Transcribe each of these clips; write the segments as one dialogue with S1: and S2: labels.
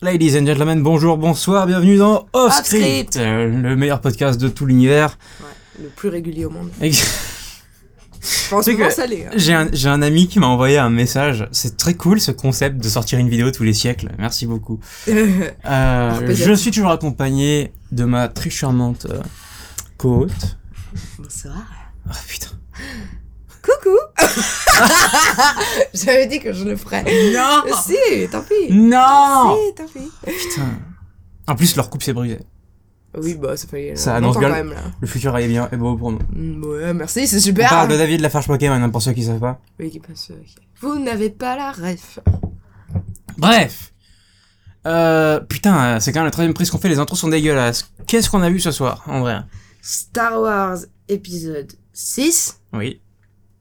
S1: Ladies and gentlemen, bonjour, bonsoir, bienvenue dans Off
S2: Off Script.
S1: Script, euh, le meilleur podcast de tout l'univers.
S2: Ouais, le plus régulier au monde.
S1: Et-
S2: Je pense
S1: C'est que-
S2: que ça l'est. hein.
S1: J'ai un, j'ai un ami qui m'a envoyé un message. C'est très cool ce concept de sortir une vidéo tous les siècles. Merci beaucoup. Euh,
S2: Avec plaisir.
S1: je suis toujours accompagné de ma très charmante euh, co-hôte.
S2: Bonsoir.
S1: Ah putain.
S2: Coucou J'avais dit que je le ferais.
S1: Non
S2: si, tant pis.
S1: Non
S2: Si, tant pis.
S1: Putain. En plus, leur coupe s'est brisée.
S2: Oui, bah, ça fallait.
S1: Ça
S2: on
S1: annonce
S2: entend
S1: bien.
S2: quand même, là.
S1: Le futur est bien et beau pour nous.
S2: Mm, Ouais, merci, c'est
S1: Bah, On
S2: super.
S1: parle de David Lafarge Pokémon, pour ceux qui savent pas.
S2: Oui, qui passe, ok. Vous n'avez pas la ref.
S1: Bref. Euh, putain, euh, c'est quand même la troisième prise qu'on fait, les intros sont dégueulasses. Qu'est-ce qu'on a vu ce soir, en vrai
S2: Star Wars épisode 6.
S1: Oui.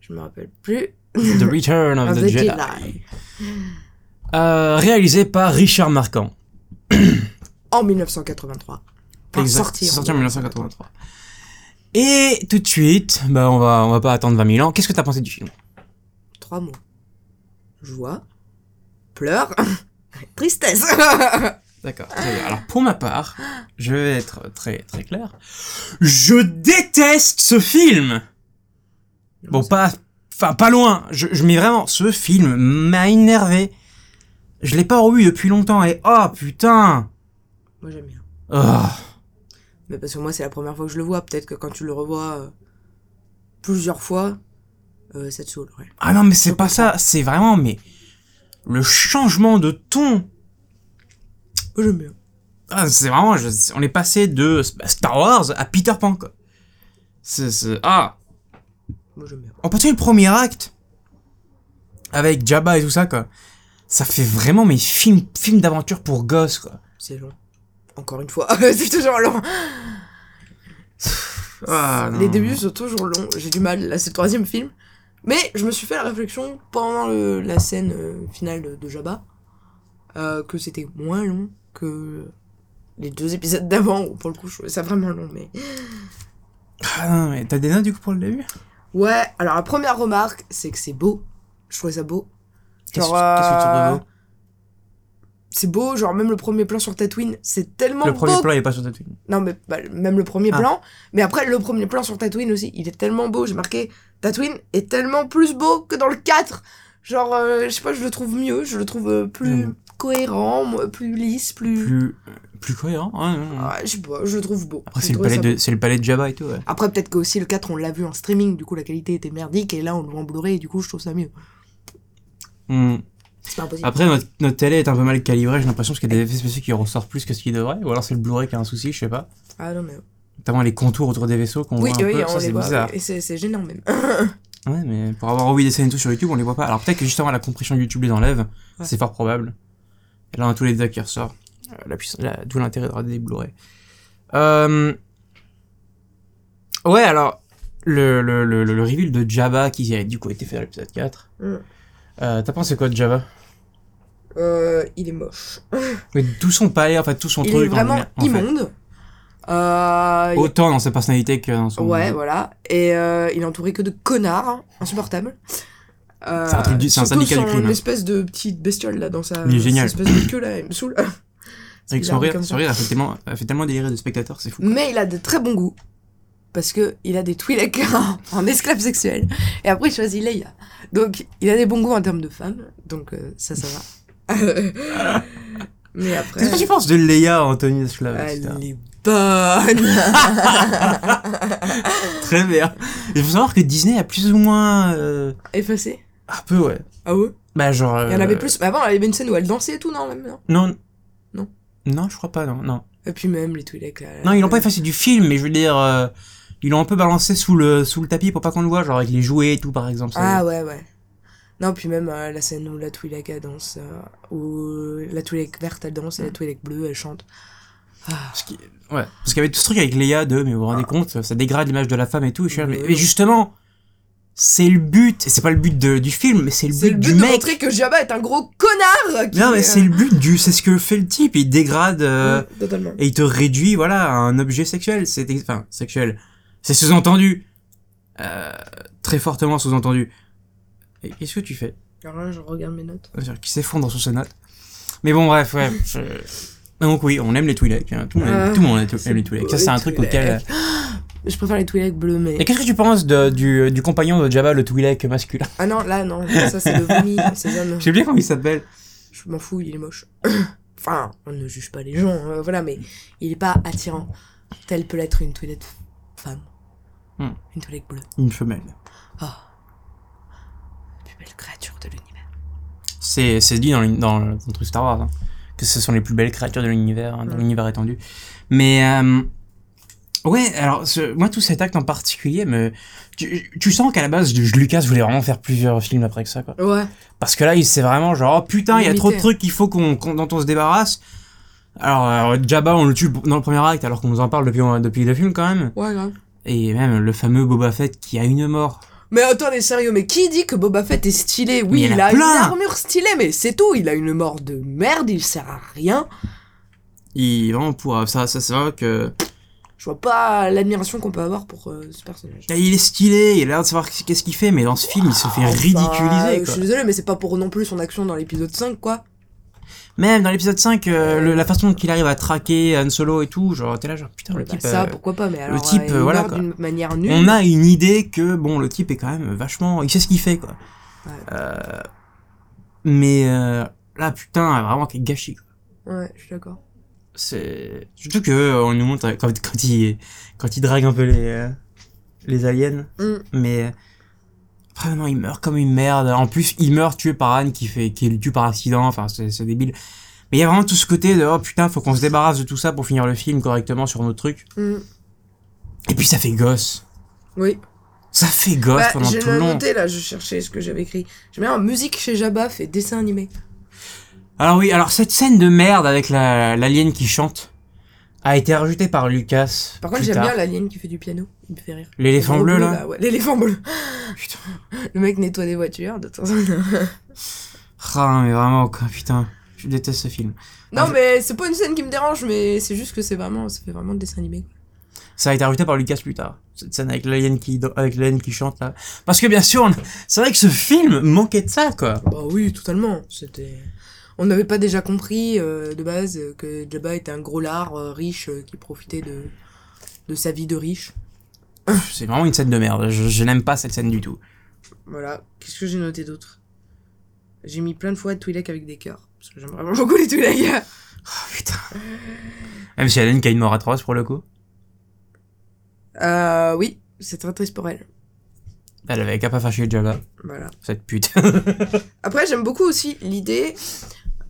S2: Je me rappelle plus.
S1: The Return of
S2: Of
S1: the,
S2: the
S1: Jedi.
S2: Jedi.
S1: Euh, réalisé par Richard Marquand.
S2: En 1983. Enfin,
S1: Exact.
S2: sorti
S1: C'est sorti en 1983. Et tout de suite, bah on va, on va pas attendre 20 000 ans. Qu'est-ce que t'as pensé du film
S2: Trois mots. Joie, pleurs, tristesse.
S1: D'accord. très bien. Alors pour ma part, je vais être très très clair. Je déteste ce film. Bon pas, enfin pas loin. Je, je mais vraiment, ce film m'a énervé. Je l'ai pas revu depuis longtemps et oh putain.
S2: Moi j'aime bien.
S1: Oh.
S2: Mais parce que moi c'est la première fois que je le vois. Peut-être que quand tu le revois euh, plusieurs fois, euh, ça te saoule. ouais.
S1: Ah non mais c'est pas ça. C'est vraiment mais le changement de ton.
S2: Moi j'aime bien.
S1: Ah, c'est vraiment, je- on est passé de Star Wars à Peter Pan, quoi. C'est, c'est- ah,
S2: Moi j'aime bien.
S1: on continue le premier acte avec Jabba et tout ça, quoi. Ça fait vraiment mes films, films d'aventure pour gosses, quoi.
S2: C'est long. Encore une fois, c'est toujours long.
S1: Ah, non.
S2: Les débuts sont toujours longs. J'ai du mal. Là c'est le troisième film. Mais je me suis fait la réflexion pendant le- la scène euh, finale de, de Jabba euh, que c'était moins long que les deux épisodes d'avant. où, Pour le coup, je trouvais ça vraiment long. Mais
S1: Ah, non, mais t'as des notes du coup pour le début
S2: Ouais, alors la première remarque, c'est que c'est beau. Je trouvais ça beau.
S1: Qu'est-ce
S2: Genre,
S1: que- qu'est-ce que tu
S2: euh,
S1: trouves beau
S2: C'est beau, genre même le premier plan sur Tatooine, c'est tellement
S1: Le premier
S2: beau.
S1: plan, il est pas sur Tatooine.
S2: Non, mais bah, même le premier
S1: Ah.
S2: plan. Mais après, le premier plan sur Tatooine aussi, il est tellement beau. J'ai marqué, Tatooine est tellement plus beau que dans le 4. Genre, euh, je sais pas, je le trouve mieux, je le trouve euh, plus
S1: Mm.
S2: cohérent, moi, plus lisse, plus...
S1: Plus, plus cohérent. ouais, ouais, Hmm. ouais.
S2: Ouais, je sais pas, je le trouve beau.
S1: Après,
S2: J'ai
S1: c'est le,
S2: trouvé
S1: palais
S2: ça
S1: de, c'est le palais de Jabba et tout, ouais.
S2: Après, peut-être que aussi le 4, on l'a vu en streaming, du coup, la qualité était merdique, et là, on le voit en Blu-ray, et du coup, je trouve ça mieux.
S1: Hmm.
S2: C'est pas impossible.
S1: Après, notre, notre télé est un peu mal calibrée, j'ai l'impression qu'il y a des effets spéciaux qui ressortent plus que ce qu'il devrait, ou alors c'est le Blu-ray qui a un souci, je sais pas.
S2: Ah non, mais
S1: notamment les contours autour des vaisseaux qu'on
S2: Oui,
S1: voit un
S2: oui,
S1: peu,
S2: on
S1: ça
S2: les
S1: c'est
S2: voit,
S1: bizarre.
S2: oui, et c'est c'est gênant même.
S1: Ouais, mais pour avoir envie des scènes et tout sur YouTube, on les voit pas. Alors peut-être que justement la compression YouTube les enlève,
S2: Ouais.
S1: c'est fort probable. Et là, on a tous les deux qui ressortent, Euh, la puissance- la- d'où l'intérêt de regarder des Blu-ray. Euh, Ouais, alors, le, le, le, le- le reveal de Jabba qui a du coup été fait dans l'épisode 4,
S2: Mm.
S1: euh, t'as pensé quoi de Jabba
S2: Euh, il est moche.
S1: Mais Tout son palais, en fait, tout son
S2: Il
S1: truc.
S2: est
S1: en
S2: vraiment
S1: général, en fait. Oh,
S2: immonde. Euh, il-
S1: Autant dans sa personnalité que dans son.
S2: Ouais, voilà. Et euh, il est entouré que de connards hein, insupportables. Euh,
S1: C'est un truc du- c'est un
S2: surtout
S1: syndicat du
S2: son
S1: crime, hein.
S2: espèce de petite bestiole là dans sa
S1: Il est génial.
S2: cette espèce de queue là, il me saoule. C'est
S1: Avec son
S2: bizarre,
S1: rire,
S2: comme
S1: son
S2: ça.
S1: rire, elle fait tellement, elle fait tellement délirer de spectateurs, c'est fou.
S2: Mais il a de très bons goûts parce que il a des Twi'lek en- en esclave sexuel et après il choisit Leia. Donc il a des bons goûts en termes de femmes, donc euh, ça ça va. Mais après
S1: Qu'est-ce que tu penses de Leia, Anthony Esclave etc.
S2: Elle est bonne
S1: Très bien. Il faut savoir que Disney a plus ou moins... euh,
S2: Effacée
S1: un peu, ouais.
S2: Ah ouais
S1: Bah genre...
S2: Il y en avait plus. Mais avant, elle avait une scène où elle dansait et tout, non, même, non
S1: Non.
S2: Non. Euh,
S1: Non, je crois pas, non. Non,
S2: Et puis même les Twi'lek, là...
S1: non ils l'ont pas effacé du film, mais je veux dire... euh, ils l'ont un peu balancé sous le, sous le tapis pour pas qu'on le voit, genre avec les jouets et tout, par exemple. ça-
S2: Ah ouais, ouais. Non, puis même euh, la scène où la Twi'lek, elle danse, euh, où la Twi'lek verte, elle danse, et la Twi'lek bleue, elle chante.
S1: Parce qu'il- ouais. Parce qu'il y avait tout ce truc avec Léa de, mais vous vous rendez compte, ça dégrade l'image de la femme et tout. Et je suis là, mais,
S2: Ah. Oui.
S1: mais justement, c'est le but. Et c'est pas le but de- du film, mais c'est le
S2: C'est
S1: but,
S2: le but
S1: du
S2: de
S1: mec.
S2: montrer que Jabba est un gros connard qui,
S1: Non, mais
S2: euh,
S1: c'est le but du. C'est ce que fait le type. Il dégrade euh,
S2: mm, Totalement.
S1: et il te réduit, voilà, à un objet sexuel. C'est ex- enfin sexuel. C'est sous-entendu, Euh, très fortement sous-entendu. Et qu'est-ce que tu fais
S2: Alors là, je regarde mes notes.
S1: C'est-à-dire Qui s'effondre sur ses notes. Mais bon, bref, ouais. je- Donc oui, on aime les Twi'lek. hein, Tout, le monde aime-
S2: Ah,
S1: tout le monde aime les Twi'lek. Ça, c'est un
S2: les
S1: truc
S2: Twi'lek.
S1: auquel...
S2: Je préfère les Twi'lek bleus, mais.
S1: Et qu'est-ce que tu penses de- du, du compagnon de Jabba, le Twi'lek masculin
S2: Ah non, là, non, ça c'est le vomi, c'est
S1: Je sais bien comment il s'appelle.
S2: Je m'en fous, il est moche. enfin, on ne juge pas les gens, euh, voilà, mais il est pas attirant. Tel peut l'être une toilette femme.
S1: Hmm.
S2: Une toilette bleue.
S1: Une femelle.
S2: Oh. Plus belle créature de l'univers.
S1: C'est c'est dit dans, l'uni- dans, le- dans le truc Star Wars, hein, que ce sont les plus belles créatures de l'univers, hein, dans
S2: Ouais.
S1: l'univers étendu. Mais, euh, ouais, alors, ce- moi, tout cet acte en particulier, me, tu, tu sens qu'à la base, je- Lucas voulait vraiment faire plusieurs films après que ça, quoi.
S2: Ouais.
S1: Parce que là, il s'est vraiment genre, oh putain, il y a
S2: Limité.
S1: trop de trucs qu'il faut qu'on, qu'on- dont on se débarrasse. Alors, alors, euh, Jabba, on le tue dans le premier acte, alors qu'on nous en parle depuis, euh, depuis le film, quand même.
S2: Ouais, grave.
S1: Et même le fameux Boba Fett qui a une mort.
S2: Mais attendez, sérieux, mais qui dit que Boba Fett est stylé Oui,
S1: Mais il y en
S2: il
S1: a
S2: a, une
S1: plein.
S2: armure stylée, mais c'est tout. Il a une mort de merde, il sert à rien.
S1: Il, vraiment, pour, ça, ça, c'est vrai que,
S2: Je vois pas l'admiration qu'on peut avoir pour euh, ce personnage. Ah,
S1: Là, il est stylé, il a l'air de savoir qu'est-ce qu'il fait, mais dans ce film, il se fait
S2: Enfin,
S1: ridiculiser.
S2: Je
S1: quoi.
S2: suis désolé, mais c'est pas pour non plus son action dans l'épisode 5, quoi.
S1: Même dans l'épisode 5, euh, le- la façon qu'il arrive à traquer Han Solo et tout, genre, t'es là, genre, putain, le
S2: Bah,
S1: type.
S2: ça,
S1: euh,
S2: pourquoi pas, mais alors.
S1: type,
S2: il
S1: euh, voilà,
S2: meurt
S1: quoi.
S2: D'une manière nulle.
S1: on a une idée que, bon, le type est quand même vachement. Il sait ce qu'il fait, quoi.
S2: Ouais.
S1: Euh, mais euh, là, putain, vraiment, quel gâchis. quoi.
S2: Ouais, je suis d'accord.
S1: C'est. Surtout que, euh, on nous montre euh, quand, quand, il, quand il drague un peu les, euh, les aliens.
S2: Hum,
S1: Mais euh, après maintenant il meurt comme une merde. En plus il meurt tué par Anne qui fait qui le tue par accident. Enfin c'est c'est débile. Mais il y a vraiment tout ce côté de oh putain faut qu'on se débarrasse de tout ça pour finir le film correctement sur nos trucs.
S2: hum.
S1: Et puis ça fait gosse.
S2: Oui.
S1: Ça fait gosse
S2: Bah,
S1: pendant
S2: j'ai
S1: tout le long.
S2: noté là, je cherchais ce que j'avais écrit. J'aime bien musique chez Jabba fait dessin animé.
S1: Alors oui alors cette scène de merde avec la l'alien qui chante a été rajoutée par Lucas.
S2: Par contre,
S1: plus
S2: j'aime
S1: tard.
S2: bien l'alien qui fait du piano. Il me fait rire.
S1: l'éléphant
S2: Le
S1: bleu là.
S2: ouais. L'éléphant bleu.
S1: Putain.
S2: Le mec nettoie des voitures de temps en temps.
S1: Ah mais vraiment quoi, putain je déteste ce film. Ah,
S2: Non,
S1: je-
S2: mais c'est pas une scène qui me dérange, mais c'est juste que c'est vraiment, ça fait vraiment le dessin animé.
S1: Ça a été rajouté par Lucas plus tard. Cette scène avec l'alien qui, avec l'alien qui chante là. Parce que bien sûr, on- c'est vrai que ce film manquait de ça quoi.
S2: Bah oui, totalement. C'était. On n'avait pas déjà compris euh, de base euh, que Jabba était un gros lard euh, riche euh, qui profitait de de sa vie de riche.
S1: Pff, C'est vraiment une scène de merde. Je, je n'aime pas cette scène du tout.
S2: Voilà. Qu'est-ce que j'ai noté d'autre J'ai mis plein de fois Twi'lek avec des cœurs parce que j'aime vraiment beaucoup les Twi'lek.
S1: Oh putain. Même si Alien qui a une mort atroce pour le coup.
S2: Euh, oui, c'est très triste pour elle.
S1: Elle avait qu'à pas fâcher Jabba,
S2: Voilà.
S1: cette pute.
S2: Après, j'aime beaucoup aussi l'idée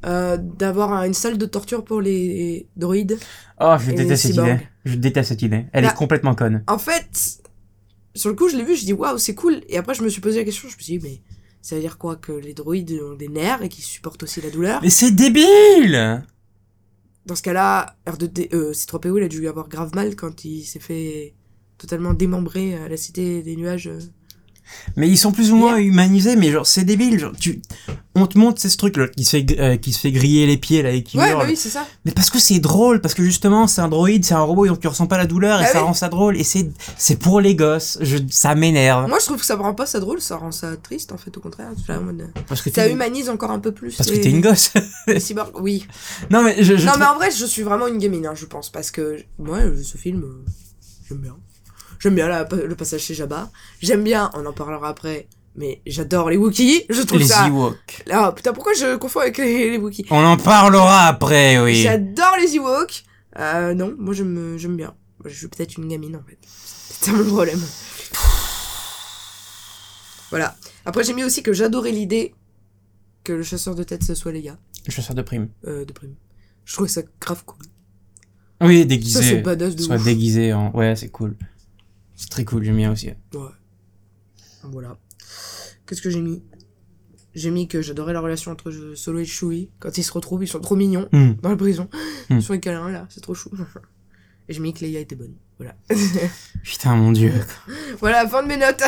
S2: euh, d'avoir un- une salle de torture pour les droïdes.
S1: oh, je
S2: Et
S1: déteste cette
S2: Cyborg.
S1: idée. Je déteste cette idée. Elle
S2: Bah.
S1: est complètement conne.
S2: En fait, sur le coup, je l'ai vu, je dis waouh, c'est cool. Et après, je me suis posé la question, je me suis dit, mais ça veut dire quoi Que les droïdes ont des nerfs et qu'ils supportent aussi la douleur
S1: Mais c'est débile
S2: Dans ce cas-là, R2D, euh, C3PO, il a dû avoir grave mal quand il s'est fait totalement démembrer à la cité des nuages. euh.
S1: Mais ils sont plus ou moins humanisés, mais genre c'est débile. Genre, tu... On te montre c'est ce truc là, qui, se fait, gr- euh, qui se fait griller les pieds là et qui
S2: Ouais,
S1: hurle.
S2: bah oui, c'est ça.
S1: Mais parce que c'est drôle, parce que justement, c'est un droïde, c'est un robot, et donc tu ressens pas la douleur, et
S2: Ah
S1: ça
S2: oui.
S1: rend ça drôle, et c'est, c'est pour les gosses, je, ça m'énerve.
S2: Moi, je trouve que ça rend pas ça drôle, ça rend ça triste, en fait, au contraire. Tu vois, en mode, euh,
S1: Parce que
S2: Ça
S1: t'es,
S2: humanise encore un peu plus.
S1: parce que
S2: les-
S1: t'es une gosse.
S2: les cyborgs, oui.
S1: non, mais je, je
S2: non,
S1: trouve-
S2: mais en vrai, je suis vraiment une gamine, hein, je pense, parce que moi, euh, ce film, euh, j'aime bien. J'aime bien la- le passage chez Jabba. J'aime bien, on en parlera après, mais j'adore les Wookiees. Je trouve
S1: les
S2: ça.
S1: Ewoks.
S2: Ah putain, pourquoi je confonds avec les, les Wookiees
S1: On en parlera après, oui.
S2: J'adore les Ewoks. Euh, non, moi, j'aime j'aime bien. Moi, Je suis peut-être une gamine, en fait. C'est mon problème. Voilà. Après, j'ai mis aussi que j'adorais l'idée que le chasseur de tête, ce soit les gars
S1: Le chasseur de primes.
S2: euh, de prime. Je trouvais ça grave cool.
S1: Oui,
S2: Ça, c'est
S1: déguisé.
S2: badass de
S1: Soit
S2: ouf.
S1: déguisé en. Ouais, c'est cool. C'est très cool, j'aime bien aussi.
S2: Ouais. Voilà. Qu'est-ce que j'ai mis J'ai mis que j'adorais la relation entre euh, Solo et Chewie. Quand ils se retrouvent, ils sont trop mignons
S1: Hmm.
S2: dans la prison.
S1: Mm.
S2: Ils sont les câlins là, c'est trop chou. Et j'ai mis que Leia était bonne. Voilà.
S1: Putain, mon dieu.
S2: voilà, fin de mes notes.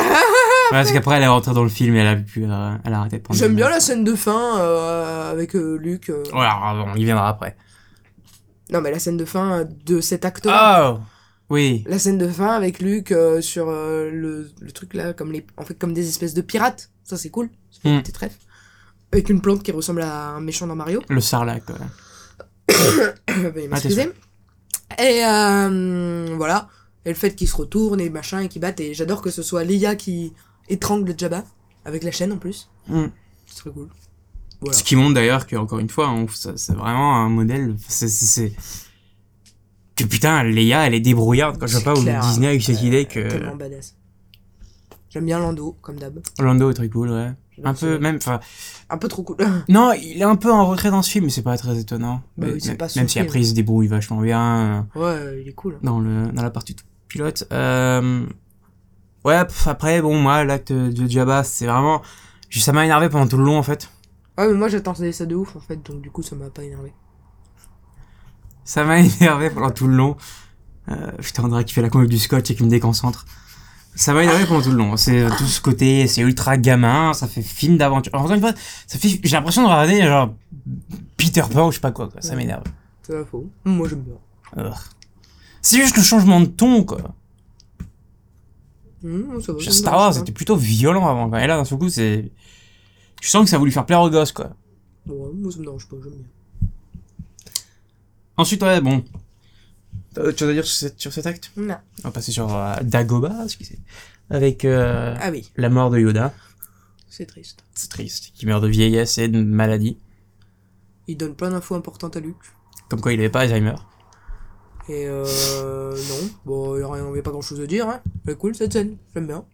S1: Ouais, parce qu'après, elle est rentrée dans le film et elle a pu. euh, elle a arrêté de prendre.
S2: J'aime
S1: des
S2: bien
S1: notes.
S2: la scène de fin euh, avec euh, Luc. euh.
S1: Ouais, alors, on y viendra après.
S2: Non, mais la scène de fin euh, de cet acte là.
S1: Oh Oui.
S2: La scène de fin avec Luc euh, sur euh, le, le truc là, comme les, en fait, comme des espèces de pirates. Ça, c'est cool. Ça fait
S1: Mm.
S2: une petite ref. avec une plante qui ressemble à un méchant dans Mario.
S1: Le sarlac, ouais.
S2: Veuillez m'excuser. Et euh, voilà. Et le fait qu'ils se retournent et machin et qu'ils battent. Et j'adore que ce soit Leia qui étrangle Jabba. Avec la chaîne en plus.
S1: Mm.
S2: C'est très cool. Voilà.
S1: Ce qui montre d'ailleurs que, encore une fois, on- ça- c'est vraiment un modèle. C'est. c'est- c'est- Que putain, Leia, elle est débrouillarde. Quand je vois
S2: C'est
S1: pas où
S2: clair.
S1: Disney a eu cette
S2: Ouais,
S1: idée que.
S2: Tellement badass. J'aime bien Lando, comme d'hab.
S1: Lando est très cool, ouais. Un peu,
S2: bah, C'est
S1: même. Enfin,
S2: Un peu trop cool.
S1: non, il est un peu en retrait dans ce film, mais c'est pas très étonnant.
S2: Ah. Bah
S1: Mais-
S2: oui, c'est
S1: mais-
S2: pas son
S1: même si
S2: film.
S1: après, il se débrouille vachement bien. euh,
S2: ouais, il est cool.
S1: dans le dans la partie de pilote. Euh, ouais, pff, après bon moi l'acte de Jabba c'est vraiment je- ça m'a énervé pendant tout le long en fait.
S2: Ouais, mais moi j'attendais ça de ouf en fait, donc du coup ça m'a pas énervé.
S1: Ça m'a énervé pendant tout le long. Euh, putain, on dirait qu'il fait la conduite du scotch et qu'il me déconcentre. Ça m'a énervé pendant tout le long. C'est euh, tout ce côté, c'est ultra gamin, ça fait film d'aventure. Encore une fois, ça fait, j'ai l'impression de regarder genre Peter Pan ou je sais pas quoi. quoi. Ça
S2: Ouais.
S1: m'énerve.
S2: C'est pas faux. Mmh, Moi j'aime bien.
S1: Ugh. C'est juste le changement de ton quoi.
S2: Mmh, ça va,
S1: Je-
S2: ça
S1: Star
S2: me dérange
S1: Wars
S2: pas.
S1: c'était plutôt violent avant quand et là d'un seul coup c'est, je sens que ça a voulu faire plaire aux gosses quoi.
S2: Ouais, moi ça me dérange pas, j'aime bien.
S1: Ensuite, ouais, bon. T'as Euh, tu veux dire sur, cet- sur cet acte
S2: Non.
S1: On va passer sur euh, Dagobah, ce qui c'est. Avec euh,
S2: Ah oui,
S1: la mort de Yoda.
S2: c'est triste.
S1: C'est triste. Qui meurt de vieillesse et de maladie.
S2: Il donne plein d'infos importantes à Luke.
S1: Comme quoi il avait pas Alzheimer.
S2: Et euh. non. Bon, il y aurait- il y avait pas grand chose à dire, hein. C'est cool cette scène, j'aime bien.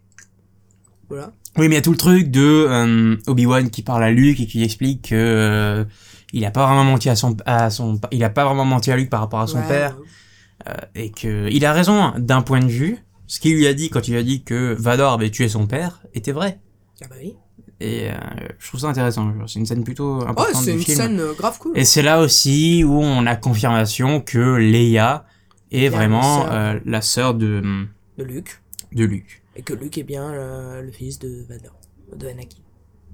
S2: Voilà.
S1: Oui, mais il y a tout le truc de euh, Obi-Wan qui parle à Luke et qui explique que. euh, il a pas vraiment menti à son, à son. Il a pas vraiment menti à Luke par rapport à son
S2: Ouais,
S1: père.
S2: ouais.
S1: et que il a raison hein, d'un point de vue. Ce qu'il lui a dit quand il a dit que Vador avait tué son père était vrai.
S2: Ah bah oui.
S1: Et euh, je trouve ça intéressant. Genre, C'est une scène plutôt
S2: Oh,
S1: importante
S2: c'est
S1: du
S2: une
S1: film.
S2: scène euh, grave cool.
S1: Et c'est là aussi où on a confirmation que Leia est
S2: Bien,
S1: vraiment
S2: sœur.
S1: euh, la sœur de,
S2: De Luke.
S1: de Luke.
S2: Et que Luke est bien euh, le fils de Vador. De Anakin.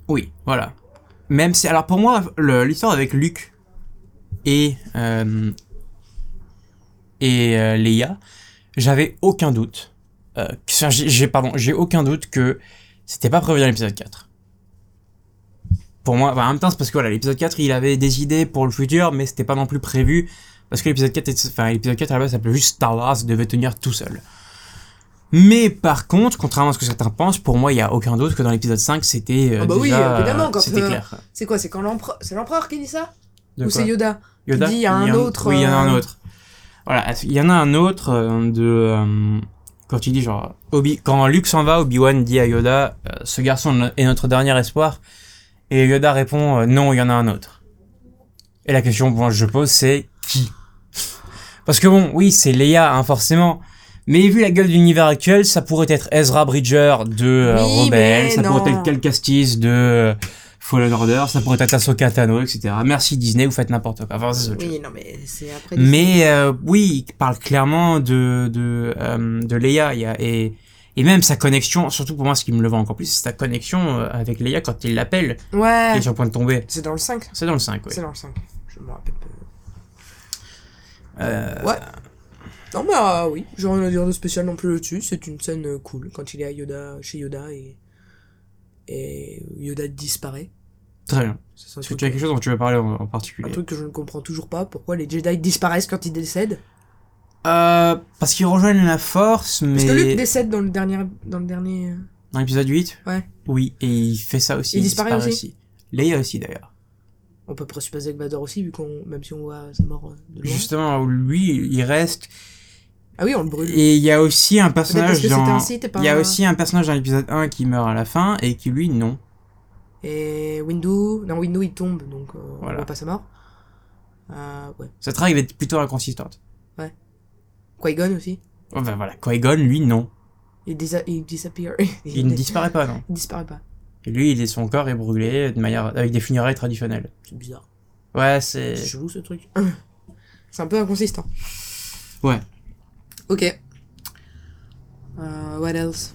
S1: Oui, voilà. Même si, alors pour moi, le- l'histoire avec Luke et euh, et euh, Leia, j'avais aucun doute. euh, que- enfin, j'ai j'ai- pardon, j'ai aucun doute que c'était pas prévu dans l'épisode 4. Pour moi, enfin, en même temps, c'est parce que voilà, l'épisode 4, il avait des idées pour le futur, mais c'était pas non plus prévu. Parce que l'épisode 4, était- enfin, l'épisode 4 à la base s'appelait juste Star Wars, il devait tenir tout seul. Mais par contre, contrairement à ce que certains pensent, pour moi, il n'y a aucun doute que dans l'épisode 5, c'était euh,
S2: Ah bah oui,
S1: déjà, euh,
S2: évidemment, quand,
S1: c'était
S2: euh,
S1: clair.
S2: C'est quoi C'est quand l'empereur. C'est l'empereur qui dit ça
S1: De
S2: Ou
S1: quoi
S2: c'est Yoda
S1: Yoda
S2: dit, il y a un autre,
S1: Oui, il y en a un
S2: euh,
S1: autre. Voilà, il y en a un autre euh, de euh, quand il dit genre Obi, quand Luke s'en va, Obi Wan dit à Yoda, euh, ce garçon est notre dernier espoir, et Yoda répond euh, non, il y en a un autre. Et la question bon, je pose c'est qui Parce que bon, oui, c'est Leia, hein, forcément. Mais vu la gueule de l'univers actuel, ça pourrait être Ezra Bridger de euh,
S2: Oui,
S1: Rebelle,
S2: mais
S1: ça pourrait
S2: non.
S1: être Cal Kestis de euh, Fallen Order, ça pourrait être Ahsoka Tano, etc. Merci Disney, vous faites n'importe quoi. Enfin, c'est autre chose.
S2: Oui, non, mais c'est après.
S1: Mais euh, oui, il parle clairement de de, euh, de Leia il y a- et et même sa connexion. Surtout pour moi, ce qui me le vend encore plus, c'est sa connexion euh, avec Leia quand il l'appelle.
S2: Ouais.
S1: Elle est sur le point de tomber.
S2: C'est dans le 5.
S1: C'est dans le 5, oui.
S2: Ah. C'est dans le 5. Je me rappelle pas.
S1: Euh,
S2: Ouais. Non, bah oui, j'ai rien à dire de spécial non plus là-dessus. C'est une scène euh, cool quand il est à Yoda, chez Yoda et. Et Yoda disparaît.
S1: très bien.
S2: C'est un,
S1: Est-ce que
S2: truc,
S1: tu as quelque chose dont tu veux parler en, en particulier
S2: un truc que je ne comprends toujours pas. Pourquoi les Jedi disparaissent quand ils décèdent
S1: Euh, Parce qu'ils rejoignent la Force, mais
S2: Parce que Luke décède dans le dernier. Dans le dernier... euh,
S1: dans l'épisode 8
S2: Ouais.
S1: Oui, et il fait ça aussi.
S2: Il disparaît aussi.
S1: Leia aussi d'ailleurs.
S2: On peut présupposer que Vador aussi, vu qu'on. Même si on voit sa mort euh, de loin.
S1: Justement, lui, il reste.
S2: Ah oui, on le brûle.
S1: Et il y a aussi un
S2: Peut-être parce
S1: personnage
S2: que c'était
S1: dans.
S2: un site et pas
S1: Il y a
S2: un-
S1: aussi un personnage dans l'épisode 1 qui meurt à la fin et qui lui non.
S2: Et Windu. Non, Windu il tombe, donc euh,
S1: Voilà.
S2: on voit pas sa mort. Euh, ouais.
S1: Cette règle est plutôt inconsistante.
S2: Qui-Gon aussi.
S1: Enfin voilà, Qui-Gon lui non.
S2: Il, disa- il disappear.
S1: Il ne disparaît pas non.
S2: il disparaît pas.
S1: Et lui, il est, son corps est brûlé de manière avec des funérailles traditionnelles.
S2: C'est bizarre.
S1: Ouais, c'est
S2: C'est chelou ce truc. C'est un peu inconsistant.
S1: Ouais.
S2: Ok. Euh, what else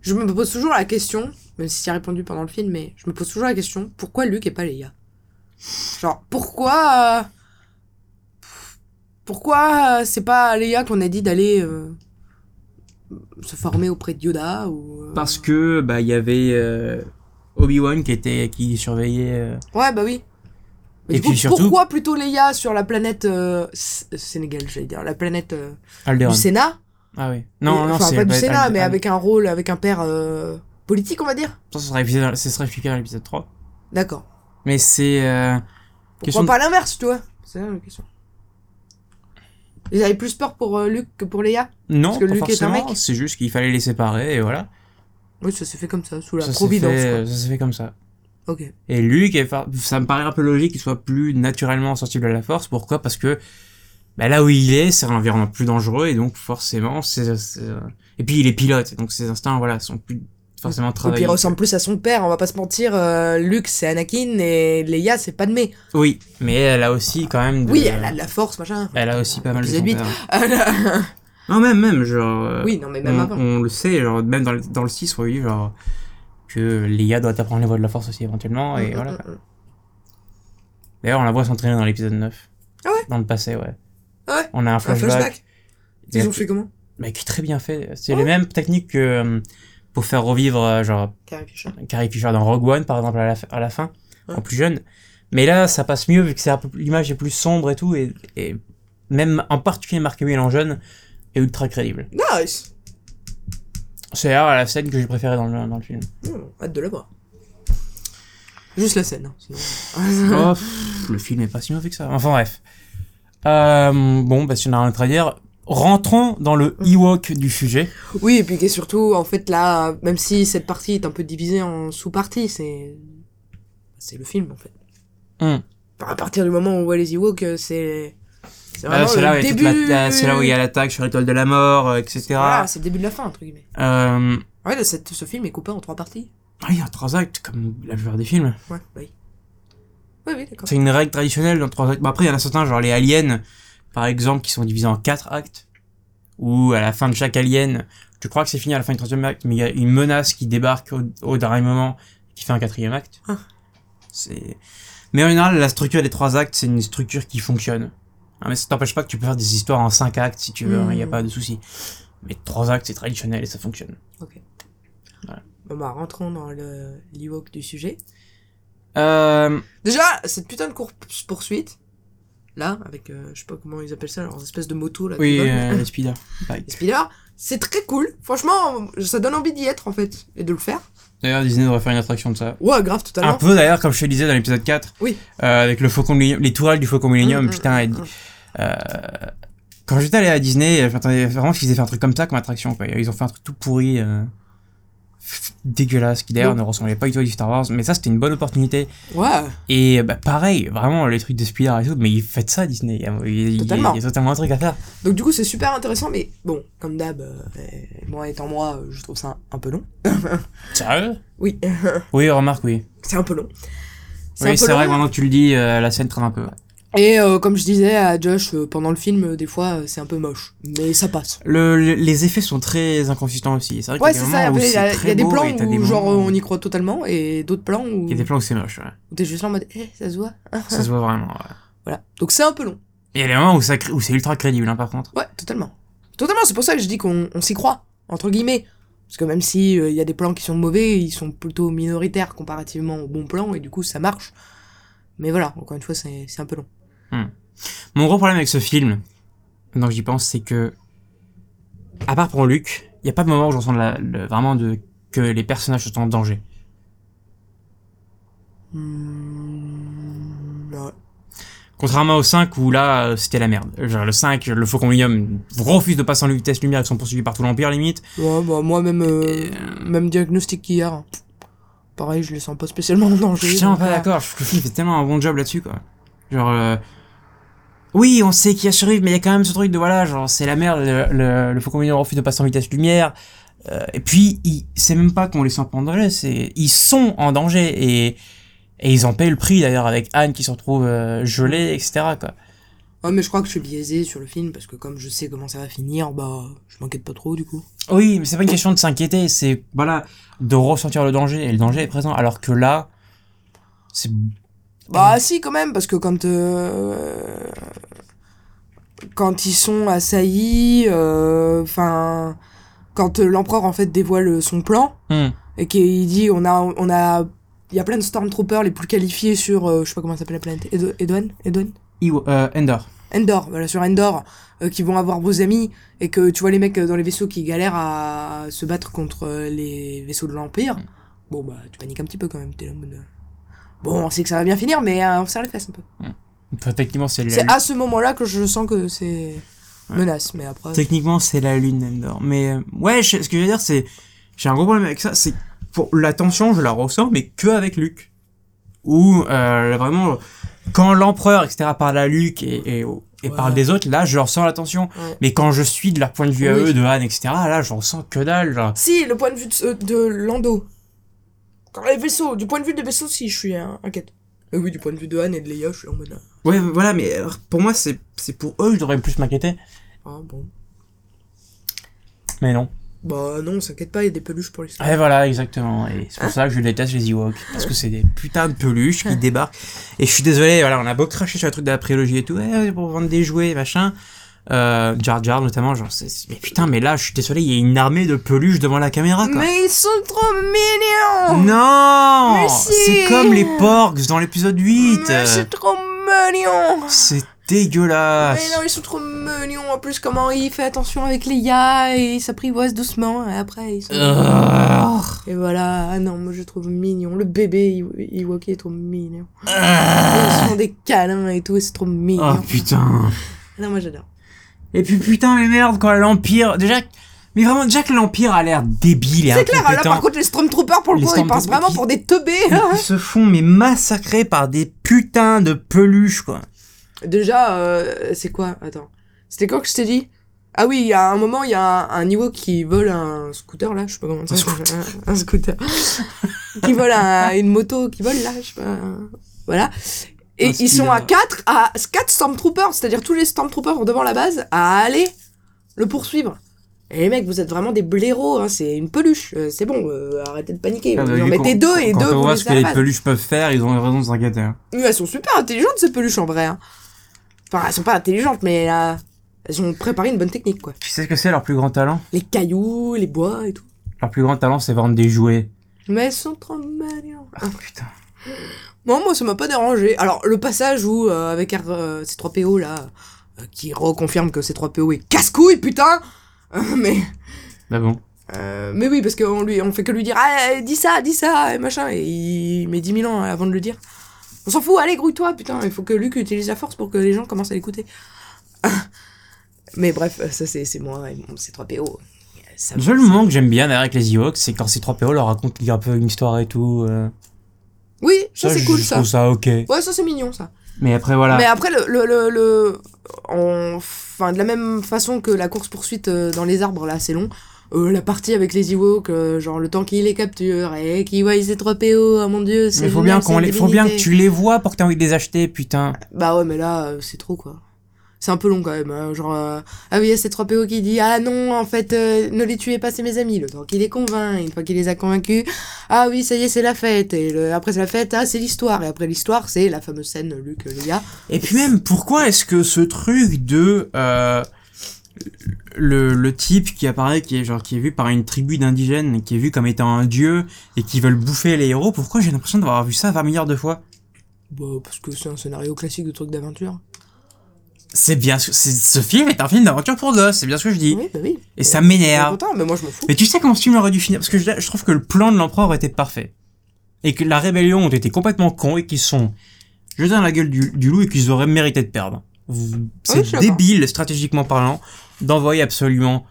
S2: Je me pose toujours la question, même si c'est répondu pendant le film, mais je me pose toujours la question pourquoi Luke et pas Leia Genre, pourquoi. euh, Pourquoi euh, c'est pas à Leia qu'on a dit d'aller euh, se former auprès de Yoda ou. euh,
S1: parce que bah il y avait euh, Obi-Wan qui était qui surveillait euh,
S2: Ouais, bah oui. Mais
S1: Et
S2: du coup,
S1: puis surtout-
S2: pourquoi plutôt Leia sur la planète euh, S- Sénégal, j'allais dire, la planète euh,
S1: Alderaan.
S2: du Sénat
S1: Ah oui. Non,
S2: Et-
S1: non,
S2: enfin
S1: c'est
S2: pas du
S1: Al-
S2: Sénat,
S1: Al-
S2: mais
S1: Al-
S2: avec un rôle, avec un père euh, politique, on va dire.
S1: Ça, ce sera épisode- ce sera expliqué dans l'épisode 3.
S2: D'accord.
S1: Mais c'est. euh,
S2: Pourquoi
S1: Question de-
S2: pas l'inverse, tu vois C'est ça la question. Ils avaient plus peur pour euh, Luke que pour Leia
S1: Non,
S2: Parce que
S1: pas
S2: Luke est un
S1: forcément.
S2: mec.
S1: C'est juste qu'il fallait les séparer et voilà.
S2: Oui, ça s'est fait comme ça, sous la
S1: Ça s'est
S2: providence.
S1: fait, ça s'est fait comme ça.
S2: quoi. Ok.
S1: Et Luke, est fa- ça me paraît un peu logique qu'il soit plus naturellement sensible à la force. Pourquoi Parce que bah, là où il est, c'est un environnement plus dangereux et donc forcément, c'est. c'est- euh, Et puis il est pilote, donc ses instincts, voilà, sont plus forcément
S2: Et puis
S1: travaillés.
S2: il ressemble plus à son père, on va pas se mentir. euh, Luke, c'est Anakin et Leia, c'est Padmé.
S1: Oui, mais elle a aussi quand même. de-
S2: Oui, elle a de la force, machin.
S1: Euh, elle a aussi pas mal de
S2: Épisode
S1: son
S2: huit.
S1: père.
S2: Elle a-
S1: Non, même, même, genre. euh,
S2: oui, non, mais même
S1: on,
S2: avant.
S1: on le sait, genre, même dans le, dans le 6 ou 8, genre, que Leia doit apprendre les voies de la force aussi éventuellement, et
S2: Mm,
S1: voilà.
S2: mm, mm.
S1: D'ailleurs, on la voit s'entraîner dans l'épisode 9.
S2: Ah ouais
S1: Dans le passé, ouais.
S2: Ah ouais
S1: On a un
S2: Un
S1: flashback.
S2: flashback
S1: et-
S2: Ils ont fait comment
S1: Mais qui est très bien fait. C'est
S2: Ah Ouais.
S1: les mêmes techniques que euh, pour faire revivre, euh, genre,
S2: Carrie Fisher.
S1: Carrie Fisher dans Rogue One, par exemple, à la, fi- à la fin,
S2: Ouais.
S1: en plus jeune. Mais là, ça passe mieux, vu que c'est un peu plus- l'image est plus sombre et tout, et, et même, en particulier, Mark Hamill en jeune est ultra crédible.
S2: Nice
S1: C'est d'ailleurs la scène que j'ai préférée dans le, dans le film.
S2: Mm, Hâte de la voir. Juste la scène. hein, sinon-
S1: Oh, pff, le film est pas si mauvais que ça. Enfin bref. Euh, bon, bah, si on a rien d'autre à dire, rentrons dans le Ewok du sujet.
S2: oui, et puis que surtout, en fait, là, même si cette partie est un peu divisée en sous-parties, c'est. C'est le film, en fait.
S1: Mm.
S2: Enfin, à partir du moment où on voit les Ewoks, euh, c'est. C'est
S1: Euh,
S2: vraiment
S1: c'est
S2: le
S1: là, où il y a toute la-
S2: début.
S1: la- c'est là où il y a l'attaque sur l'étoile de la mort, euh, etc.
S2: Voilà, c'est le début de la fin, entre guillemets.
S1: Euh,
S2: Ouais, là, cette- ce film est coupé en trois parties.
S1: ah, il y a trois actes, comme la plupart des films.
S2: Ouais, oui. Oui, oui, d'accord.
S1: C'est une règle traditionnelle dans trois actes. Bon, après, il y en a certains, genre les aliens, par exemple, qui sont divisés en quatre actes. Ou à la fin de chaque alien, tu crois que c'est fini à la fin du troisième acte, mais il y a une menace qui débarque au, au dernier moment, qui fait un quatrième acte.
S2: Ah.
S1: C'est. Mais en général, la structure des trois actes, c'est une structure qui fonctionne. Hein, mais ça t'empêche pas que tu peux faire des histoires en cinq actes si tu veux, hein, il
S2: Mm.
S1: n'y a pas de souci. Mais trois actes, c'est traditionnel et ça fonctionne.
S2: Bon, bah, rentrons dans le l'Ewok du sujet.
S1: Euh,
S2: Déjà, cette putain de course poursuite, là, avec, euh, je sais pas comment ils appellent ça, leurs espèces de moto, là, qui
S1: oui,
S2: volent.
S1: euh, les speeders.
S2: Les speeders, c'est très cool. Franchement, ça donne envie d'y être, en fait, et de le faire.
S1: D'ailleurs, Disney devrait faire une attraction de ça.
S2: Ouais, grave,
S1: Un
S2: totalement.
S1: peu d'ailleurs, comme je te le disais dans l'épisode 4,
S2: Oui.
S1: euh, avec le faucon Millennium- les tourelles du faucon Millennium,
S2: Mm, mm,
S1: putain. et-
S2: mm.
S1: euh, quand j'étais allé à Disney, j'attendais vraiment qu'ils aient fait un truc comme ça comme attraction. Quoi. Ils ont fait un truc tout pourri, euh, dégueulasse, qui d'ailleurs
S2: Oui.
S1: ne ressemblait pas du tout à du Star Wars, mais ça c'était une bonne opportunité.
S2: Ouais,
S1: Et bah, pareil, vraiment les trucs de Spider et tout, mais ils faites ça Disney, il y a, il y a-
S2: Totalement.
S1: il y a totalement un truc à faire.
S2: donc du coup, c'est super intéressant, mais bon, comme d'hab, euh, euh, moi étant moi, euh, je trouve ça un, un peu long.
S1: Sérieux
S2: Oui,
S1: Oui, remarque, oui.
S2: c'est un peu long.
S1: Oui, c'est vrai,
S2: long.
S1: maintenant que tu le dis, euh, la scène traîne un peu. ouais.
S2: Et euh, comme je disais à Josh euh, pendant le film, euh, des fois, euh, c'est un peu moche, mais ça passe.
S1: Le, le- les effets sont très inconsistants aussi. C'est vrai qu'il
S2: Ouais,
S1: y a
S2: c'est
S1: des
S2: ça.
S1: moments où
S2: après, Il y a,
S1: c'est
S2: il y a
S1: très
S2: des
S1: beau
S2: plans
S1: et t'as
S2: où,
S1: des
S2: genre,
S1: moments
S2: on y croit totalement, et d'autres plans où,
S1: Il y a des plans où c'est moche, ouais.
S2: où t'es juste là en mode, eh, ça se voit.
S1: Ça se voit vraiment, ouais.
S2: Voilà. Donc c'est un peu long.
S1: Il y a des moments où, ça crée- où c'est ultra crédible, hein, par contre.
S2: Ouais, totalement. Totalement, c'est pour ça que je dis qu'on on s'y croit, entre guillemets. Parce que même si euh, il y a des plans qui sont mauvais, ils sont plutôt minoritaires comparativement aux bons plans, et du coup, ça marche. Mais voilà, encore une fois, c'est c'est un peu long.
S1: Mon gros problème avec ce film, maintenant que j'y pense, c'est que, à part pour Luc, il n'y a pas de moment où j'en sens de la- le- vraiment de, que les personnages sont en danger.
S2: Hmm, ouais.
S1: Contrairement au 5 où là, euh, c'était la merde. Genre, le 5, le faucon William refuse de passer en vitesse lumière, ils sont poursuivis par tout l'Empire limite.
S2: Ouais, bah, moi, même, euh,
S1: Et,
S2: même diagnostic qu'hier. hein. Pareil, je le sens pas spécialement en
S1: Je
S2: danger.
S1: suis tellement
S2: donc,
S1: pas
S2: voilà.
S1: d'accord, je trouve que le film fait tellement un bon job là-dessus, quoi. Genre, euh, oui, on sait qu'il y a survivre, mais il y a quand même ce truc de voilà, genre, c'est la merde, le, le, le faucon mineur refuse de passer en vitesse lumière. Euh, et puis, ils- c'est même pas qu'on les sent pas en danger, c'est, ils sont en danger et, et ils en paient le prix d'ailleurs avec Anne qui se retrouve euh, gelée, etc., quoi.
S2: Ouais, mais je crois que je suis biaisé sur le film parce que comme je sais comment ça va finir, bah, je m'inquiète pas trop du coup.
S1: Oui, mais c'est pas une question de s'inquiéter, c'est, voilà, de ressentir le danger et le danger est présent, alors que là, c'est
S2: Bah, si, quand même, parce que quand. euh, Quand ils sont assaillis, enfin. euh, quand euh, l'empereur en fait dévoile son plan
S1: Hmm.
S2: et qu'il dit on a, on a Il y a plein de Stormtroopers les plus qualifiés sur, euh, je sais pas comment s'appelle la planète, Edo- Edoan Edoan
S1: Iwo- euh, Endor.
S2: Endor, voilà, sur Endor, euh, qui vont avoir vos amis, et que tu vois les mecs euh, dans les vaisseaux qui galèrent à se battre contre euh, les vaisseaux de l'Empire, bon bah tu paniques un petit peu quand même, t'es là en mode, euh, Bon, on sait que ça va bien finir, mais euh, on serre les fesses un peu.
S1: Enfin, techniquement, c'est la
S2: C'est
S1: lune.
S2: à ce moment-là que je sens que c'est menace, mais après...
S1: Techniquement, c'est la lune d'Endor. Mais euh, ouais, je- ce que je veux dire, c'est. J'ai un gros problème avec ça. C'est. Pour la tension, je la ressens, mais que avec Luke. Ou euh, vraiment. Quand l'empereur, etc., parle à Luke et, et, et
S2: Ouais.
S1: parle des autres, là, je ressens la tension.
S2: Ouais.
S1: Mais quand je suis de leur point de vue à
S2: Oui.
S1: eux, de Han, etc., là, je ressens que dalle. genre.
S2: Si, le point de vue de, euh, de Lando. Quand les vaisseaux, du point de vue des vaisseaux, si, je suis hein, inquiète. Mais oui, du point de vue de Han et de Leia, je suis en mode... ah,
S1: Ouais, mais voilà, mais alors, pour moi, c'est c'est pour eux que je devrais plus m'inquiéter.
S2: Ah bon...
S1: Mais non.
S2: Bah non, s'inquiète pas, il y a des peluches pour les...
S1: Et voilà, exactement. Et c'est
S2: Ah.
S1: pour ça que je déteste les Ewoks. Parce que c'est des putains de peluches qui débarquent. Et je suis désolé, voilà, on a beau cracher sur le truc de la prélogie et tout, ouais, c'est pour vendre des jouets, machin. Euh, Jar Jar notamment, genre, c'est... c'est- mais putain, mais là, je suis désolé, il y a une armée de peluches devant la caméra, quoi.
S2: Mais ils sont trop mignons
S1: Non
S2: Mais si
S1: C'est comme les porcs dans l'épisode 8
S2: Mais c'est trop mignon
S1: C'est
S2: Mais non,
S1: dégueulasse
S2: ils sont trop mignons. En plus, comment il fait attention avec les gars et il s'apprivoise doucement. Et après, ils sont...
S1: Euh. Urgh.
S2: Et voilà. Ah non, moi, je le trouve mignon. Le bébé il Iwoki est trop mignon.
S1: Urgh.
S2: Ils font des câlins et tout, et c'est trop mignon.
S1: Oh Ah. putain
S2: Non, moi, j'adore.
S1: Et puis putain, mais merde, quand l'Empire. Déjà. Mais vraiment, déjà que l'Empire a l'air débile et
S2: C'est clair, hein, là,
S1: incompétent.
S2: par contre, les Stormtroopers, pour le
S1: Les
S2: coup, ils passent
S1: Stormtroopers
S2: vraiment
S1: qui-
S2: pour des teubés.
S1: Ils se font mais massacrer par des putains de peluches, quoi.
S2: Déjà, euh, c'est quoi Attends. C'était quoi que je t'ai dit Ah oui, il y a un moment, il y a un, un Ewok qui vole un scooter, là, je sais pas comment ça
S1: Un
S2: s'appelle. Un, un scooter. qui vole un- une moto, qui vole, là, je sais pas. un- Voilà. Et
S1: Un
S2: ils sont
S1: speeder.
S2: à 4 à quatre Stormtroopers, c'est-à-dire tous les Stormtroopers sont devant la base à aller le poursuivre. Et les mecs, vous êtes vraiment des blaireaux, hein, c'est une peluche, euh, c'est bon, euh, arrêtez de paniquer. Vous en mettez deux et
S1: Ah, bah, quand
S2: deux,
S1: on
S2: vous
S1: voit
S2: laissez
S1: ce
S2: à
S1: que
S2: la
S1: les
S2: base.
S1: peluches peuvent faire, ils ont raison de s'inquiéter. hein.
S2: Mais elles sont super intelligentes ces peluches en vrai. hein. Enfin, elles sont pas intelligentes, mais euh, elles ont préparé une bonne technique quoi.
S1: Tu sais ce que c'est leur plus grand talent
S2: Les cailloux, les bois et tout.
S1: Leur plus grand talent, c'est vendre des jouets.
S2: Mais elles sont trop mignonnes.
S1: Oh putain.
S2: Moi, moi, ça m'a pas dérangé. Alors, le passage où, euh, avec R- euh, C3PO là, euh, qui reconfirme que C3PO est casse-couille, putain Euh, Mais.
S1: Bah bon.
S2: Euh, mais oui, parce qu'on lui, on fait que lui dire, ah, euh, dis ça, dis ça, et machin, et il met 10 000 ans avant de le dire. On s'en fout, allez, grouille-toi, putain, il faut que Luc utilise la force pour que les gens commencent à l'écouter. mais bref, ça c'est c'est moi, et bon, c'est 3PO. Ça
S1: Le
S2: me-
S1: seul moment que j'aime bien derrière avec les Ewoks, c'est quand ces 3PO leur racontent un peu une histoire et tout. euh.
S2: Oui, ça c'est
S1: je-
S2: cool
S1: je
S2: ça.
S1: trouve ça ok.
S2: Ouais, ça c'est mignon ça.
S1: Mais après, voilà.
S2: Mais après, le. le, le, le- en- Enfin, de la même façon que la course-poursuite euh, dans les arbres, là, c'est long. euh, la partie avec les Ewoks, euh, genre le temps qu'ils les capturent et qu'ils voient ces 3PO, oh mon dieu, c'est.
S1: Mais faut
S2: génial,
S1: bien, qu'on
S2: c'est
S1: les... faut
S2: divinité.
S1: bien que tu les vois pour que t'aies envie de les acheter, putain.
S2: Bah ouais, mais là, euh, c'est trop quoi. C'est un peu long quand même. hein, genre, euh, ah oui, il y a ces 3PO qui dit Ah non, en fait, euh, ne les tuez pas, c'est mes amis. Le temps qu'il les convainc, une fois qu'il les a convaincus, Ah oui, ça y est, c'est la fête. Et le- après, c'est la fête, ah, c'est l'histoire. Et après l'histoire, c'est la fameuse scène, Luc, le gars.
S1: Et puis même, pourquoi est-ce que ce truc de euh, le, le type qui apparaît, qui est genre qui est vu par une tribu d'indigènes, qui est vu comme étant un dieu et qui veulent bouffer les héros, pourquoi j'ai l'impression d'avoir vu ça 20 milliards de fois
S2: Bah, parce que c'est un scénario classique de truc d'aventure.
S1: C'est bien, ce- c'est- ce film est un film d'aventure pour gosses, c'est bien ce que je dis.
S2: Oui, bah oui.
S1: Et ça
S2: Je suis
S1: m'énerve.
S2: content, mais moi, je m'en fous.
S1: Mais tu sais comment ce film aurait dû finir Parce que je, je trouve que le plan de l'empereur était parfait. Et que la rébellion ont été complètement cons et qu'ils sont jetés dans la gueule du, du loup et qu'ils auraient mérité de perdre. Vous-
S2: Oui,
S1: C'est
S2: je suis d'accord.
S1: débile, stratégiquement parlant, d'envoyer absolument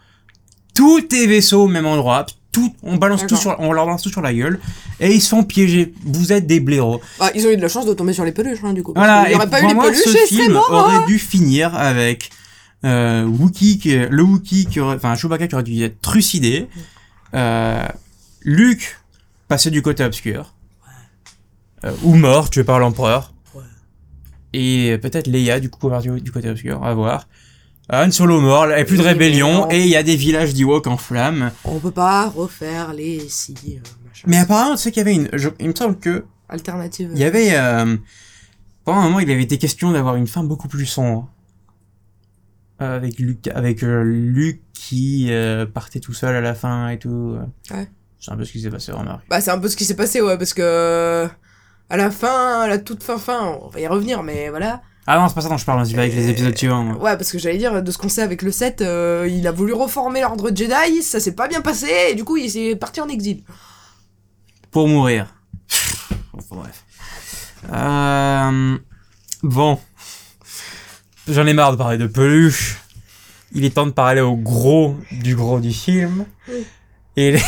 S1: tous tes vaisseaux au même endroit. Tout, on, balance tout
S2: D'accord.
S1: sur, on leur balance tout sur la gueule et ils se font piéger. Vous êtes des blaireaux.
S2: Ah, ils ont eu de la chance de tomber sur les peluches, hein, du coup.
S1: Voilà,
S2: Il n'y aurait
S1: et
S2: pas eu
S1: pour
S2: les
S1: moi,
S2: peluches,
S1: ce
S2: et ce serait
S1: film
S2: mort. hein.
S1: aurait dû finir avec euh, Wookie, qui, le Wookie, qui aurait, enfin Chewbacca qui aurait dû être trucidé, euh, Luke passé du côté obscur, euh, ou mort tué par l'empereur,
S2: Ouais.
S1: et peut-être Leia du coup convertie au- du côté obscur, à voir. Han Solo mort, il n'y a plus de
S2: Oui, mais
S1: rébellion,
S2: non.
S1: et il y a des villages d'Ewok en flammes.
S2: On peut pas refaire les si, euh, machin.
S1: Mais apparemment, tu sais qu'il y avait une... je- il me semble que
S2: Alternative.
S1: Il y avait. Euh, pendant un moment, il avait été question d'avoir une fin beaucoup plus sombre. Euh, avec Luc, avec euh, Luc qui euh, partait tout seul à la fin et tout. euh.
S2: Ouais.
S1: C'est un peu ce qui s'est passé, remarque.
S2: Bah, c'est un peu ce qui s'est passé, ouais, parce que. euh, À la fin, à la toute fin, fin, on va y revenir, mais voilà.
S1: Ah non, c'est pas ça dont je parle, vas-y, va avec les épisodes suivants. hein. moi.
S2: Ouais, parce que j'allais dire, de ce qu'on sait avec le 7, euh, il a voulu reformer l'ordre Jedi, ça s'est pas bien passé, et du coup, il s'est parti en exil.
S1: Pour mourir. Enfin, bref. Euh, Bon. J'en ai marre de parler de peluche. Il est temps de parler au gros du gros du film. Et les-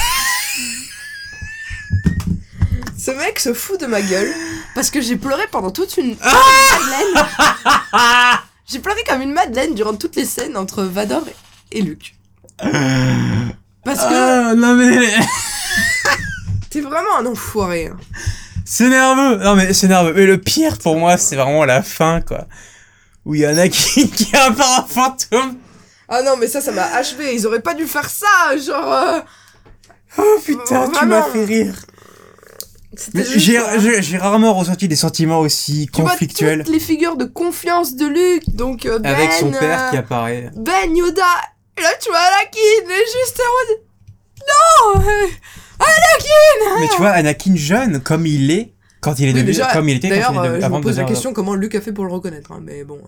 S2: Ce mec se fout de ma gueule, parce que j'ai pleuré pendant toute une.
S1: Ah
S2: une madeleine. J'ai pleuré comme une madeleine durant toutes les scènes entre Vador et Luke. Parce que
S1: Ah, non mais...
S2: t'es vraiment un enfoiré. hein.
S1: C'est nerveux. Non mais c'est nerveux. Mais le pire pour moi, c'est vraiment la fin, quoi. Où il y en a qui, qui a un fantôme.
S2: Ah non, mais ça, ça m'a achevé. Ils auraient pas dû faire ça. Genre. euh,
S1: Oh putain, tu m'as
S2: Vraiment.
S1: fait rire.
S2: c'était
S1: Mais
S2: juste,
S1: J'ai
S2: euh,
S1: j'ai- j'ai rarement ressenti des sentiments aussi
S2: tu vois
S1: conflictuels
S2: toutes les figures de confiance de Luke. Donc, euh, Ben.
S1: avec son père
S2: euh,
S1: qui apparaît.
S2: Ben Yoda. Et là, tu vois Anakin. Et juste en mode. Non euh,
S1: Mais tu vois, Anakin jeune, comme il est, quand il est
S2: Ah. Oui,
S1: devenu,
S2: déjà,
S1: comme il était, quand
S2: D'ailleurs,
S1: il est
S2: euh,
S1: devenu,
S2: je
S1: avant
S2: me
S1: de
S2: pose la
S1: devenir-
S2: question comment Luke a fait pour le reconnaître. hein, mais bon.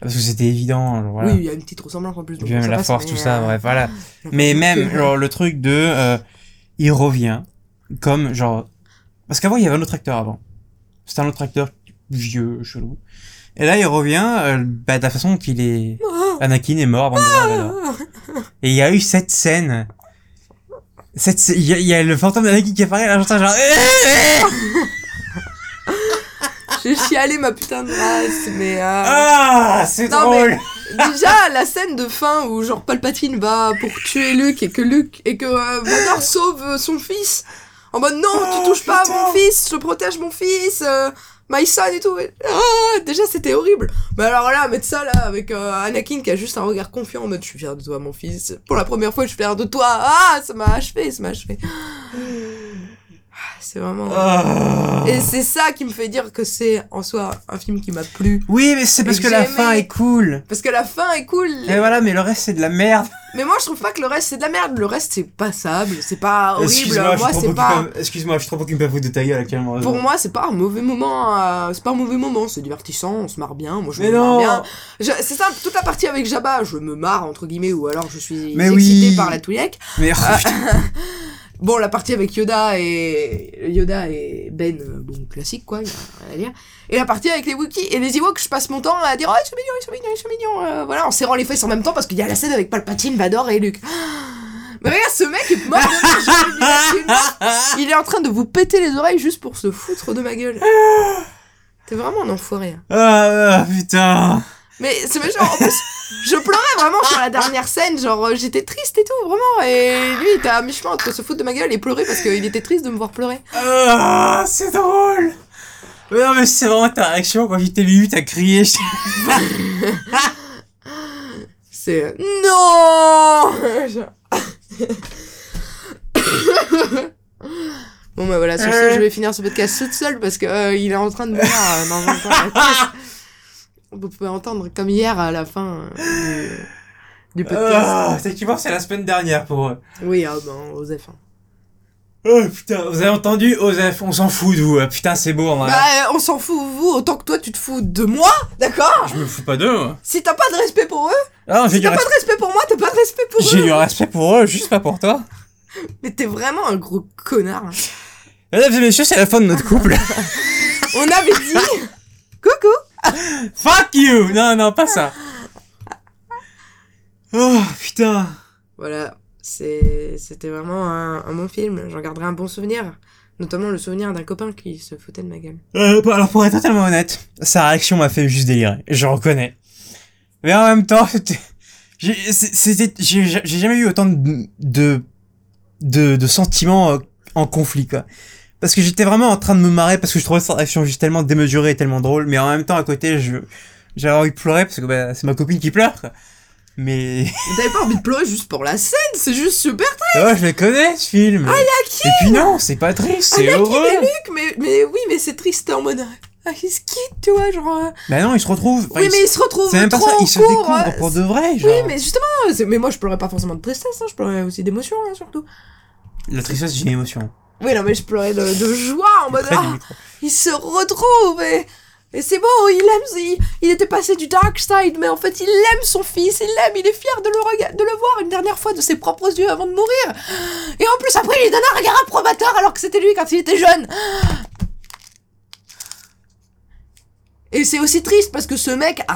S1: Parce que c'était évident, genre, voilà.
S2: Oui, il y a une petite ressemblance en plus.
S1: Et
S2: donc
S1: puis même
S2: ça
S1: la
S2: passe,
S1: force,
S2: mais,
S1: tout ça,
S2: euh,
S1: bref, voilà.
S2: j'ai
S1: Mais
S2: l'impression
S1: même,
S2: que-
S1: genre, le truc de, euh, il revient, comme, genre, parce qu'avant, il y avait un autre acteur avant. C'était un autre acteur vieux, chelou. Et là, il revient, euh, bah, de la façon qu'il est,
S2: Ah,
S1: Anakin est mort avant de devenir Vador.
S2: ah,
S1: Et il y a eu cette scène. Cette scè- il y, a- il y a le fantôme d'Anakin qui apparaît, là, j'entends genre, Eh,
S2: J'ai chialé ma putain de race, mais euh,
S1: ah, c'est
S2: Non,
S1: drôle!
S2: déjà la scène de fin où genre Palpatine va pour tuer Luke et que Luke et que euh, Vador sauve euh, son fils en mode non,
S1: Oh,
S2: tu touches pas à mon
S1: putain.
S2: fils, je protège mon fils, euh, my son et tout. Et- ah, déjà c'était horrible. Mais alors là, mettre ça là avec euh, Anakin qui a juste un regard confiant en mode je suis fier de toi mon fils. Pour la première fois, je suis fier de toi. Ah, ça m'a achevé, ça m'a achevé. Ah, C'est vraiment.
S1: Ah.
S2: Et c'est ça qui me fait dire que c'est en soi un film qui m'a plu.
S1: Oui, mais c'est parce
S2: Et
S1: que
S2: que
S1: la
S2: j'ai
S1: fin
S2: aimé.
S1: est cool.
S2: Parce que la fin est cool.
S1: Et voilà, mais le reste c'est de la merde.
S2: Mais moi je trouve pas que le reste c'est de la merde. Le reste c'est passable, c'est pas horrible.
S1: Excuse-moi, je
S2: Ah bah, Moi
S1: suis trop
S2: c'est pas.
S1: occupé à- Excuse-moi, je suis trop occupé à vous de ta gueule actuellement.
S2: Pour moi c'est pas un mauvais moment. euh, C'est pas un mauvais moment. C'est divertissant, on se marre bien. Moi je
S1: mais
S2: me marre
S1: non.
S2: bien. Je- C'est ça toute la partie avec Jabba. Je me marre entre guillemets ou alors je suis
S1: Mais
S2: excitée
S1: oui.
S2: par la Twi'lek.
S1: Mais oh, putain,
S2: Bon la partie avec Yoda et Yoda et Ben, euh, bon classique quoi, y a rien à dire. Et la partie avec les Wookiees et les Ewoks, je passe mon temps à dire oh ils sont mignons, ils sont mignons, ils sont mignons. euh, voilà en serrant les fesses en même temps parce qu'il y a la scène avec Palpatine, Vador et Luke. Mais regarde ce mec est mort de rire, je lui laisse une main. Il est en train de vous péter les oreilles juste pour se foutre de ma gueule. T'es vraiment un enfoiré. hein.
S1: ah, ah, putain.
S2: Mais c'est méchant. En plus, je pleurais vraiment sur la dernière scène. Genre, euh, j'étais triste et tout, vraiment. Et lui, il était à mi-chemin entre se foutre de ma gueule et pleurer parce qu'il était triste de me voir pleurer.
S1: Ah, c'est drôle. Mais non, mais c'est vraiment ta réaction quand j'étais lu, t'as crié. je-
S2: C'est. euh, Non Genre- Bon, bah voilà, sur ce, je vais finir ce podcast toute seule parce que euh, il est en train de mourir euh, dans un temps.
S1: Ah,
S2: Vous pouvez entendre comme hier à la fin euh, du, du podcast.
S1: ah, Effectivement, c'est la semaine dernière pour eux.
S2: Oui, ah ben, Joseph. hein.
S1: Oh putain, vous avez entendu, Osef, on s'en fout de vous. euh, Putain, c'est beau, voilà.
S2: Bah, euh, on s'en fout, vous, autant que toi, tu te fous de moi, d'accord
S1: Je me fous pas d'eux. moi.
S2: Si t'as pas de respect pour eux,
S1: Ah, non, j'ai
S2: si
S1: du,
S2: t'as pas
S1: res-
S2: de respect pour moi, t'as pas de respect pour
S1: j'ai
S2: eux.
S1: du respect pour eux, juste pas pour toi.
S2: Mais t'es vraiment un gros connard. hein.
S1: Mesdames et messieurs, c'est la fin de notre couple.
S2: On avait dit... Coucou
S1: Fuck you Non, non, pas ça. Ah. Oh, putain.
S2: Voilà, c'est- c'était vraiment un, un bon film. J'en garderai un bon souvenir. Notamment le souvenir d'un copain qui se foutait de ma gueule.
S1: Euh, bah, alors, pour être totalement honnête, sa réaction m'a fait juste délirer. Je reconnais. Mais en même temps, c'était- j'ai c'est- c'était- j'ai- j'ai jamais eu autant de, de, de, de sentiments euh, en conflit, quoi. Parce que j'étais vraiment en train de me marrer parce que je trouvais sa réaction juste tellement démesurée et tellement drôle. Mais en même temps, à côté, je, j'avais envie de pleurer parce que bah, c'est ma copine qui pleure, quoi. Mais...
S2: Mais T'avais pas envie de pleurer juste pour la scène, c'est juste super
S1: Oh, je le connais ce film. Et puis non, c'est pas triste, c'est
S2: Anakin
S1: heureux.
S2: et Luke, mais, mais oui, mais c'est triste, t'es en mode... Ah, ils se quittent, tu vois, genre... euh,
S1: Bah non, ils se retrouvent. enfin,
S2: oui,
S1: ils-
S2: mais ils se retrouvent
S1: C'est même pas
S2: trop
S1: ça,
S2: en
S1: ils se
S2: cours,
S1: découvrent
S2: hein.
S1: pour de vrai, genre.
S2: Oui, mais justement, c'est- mais moi je pleurais pas forcément de tristesse, hein, je pleurais aussi d'émotion, hein, surtout.
S1: La tristesse, j'ai une émotion.
S2: Oui, non, mais je pleurais de, de joie en mode
S1: Près du
S2: ah,
S1: micro.
S2: il se retrouve et, et c'est bon, il aime, il, il était passé du dark side, mais en fait il aime son fils, il l'aime, il est fier de le, rega- de le voir une dernière fois de ses propres yeux avant de mourir. Et en plus, après, il lui donne un regard approbateur alors que c'était lui quand il était jeune. Et c'est aussi triste parce que ce mec a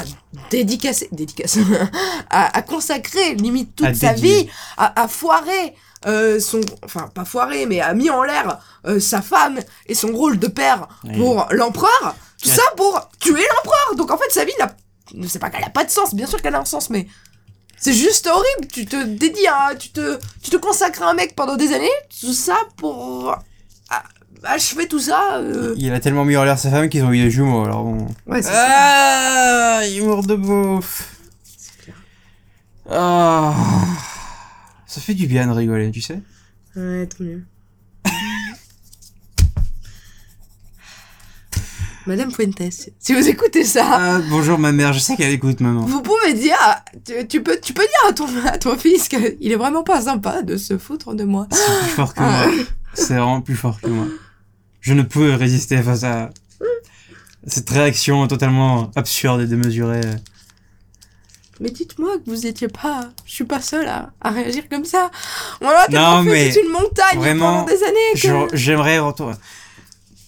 S2: dédicacé, dédicacé, a, a consacré limite toute
S1: A
S2: sa
S1: dédié.
S2: vie, a, a foiré euh, son, enfin pas foiré, mais a mis en l'air euh, sa femme et son rôle de père
S1: Oui.
S2: pour l'empereur. Tout
S1: Ouais.
S2: ça pour tuer l'empereur. Donc en fait, sa vie n'a, c'est pas qu'elle a pas de sens, bien sûr qu'elle a un sens, mais c'est juste horrible. Tu te dédies à, tu te, tu te consacres à un mec pendant des années, tout ça pour a- achever tout ça. euh,
S1: Il a tellement mis en l'air sa femme qu'ils ont eu des jumeaux, alors bon.
S2: Ouais, c'est ça.
S1: Ah, humour de beauf. Ah, ça fait du bien de rigoler, tu sais.
S2: Ouais, tant mieux. Madame Fuentes, si vous écoutez ça,
S1: Ah, bonjour ma mère, je sais qu'elle écoute maman.
S2: vous pouvez dire, tu, tu peux, tu peux dire à ton, à ton fils qu'il est vraiment pas sympa de se foutre de moi.
S1: C'est plus fort que moi. C'est vraiment plus fort que moi. Je ne peux résister face à cette réaction totalement absurde et démesurée.
S2: Mais dites-moi que vous étiez pas, je suis pas seule à, à réagir comme ça. On a
S1: Non,
S2: tellement
S1: mais
S2: fait toute une montagne
S1: vraiment,
S2: pendant des années que.
S1: Je- J'aimerais retourner.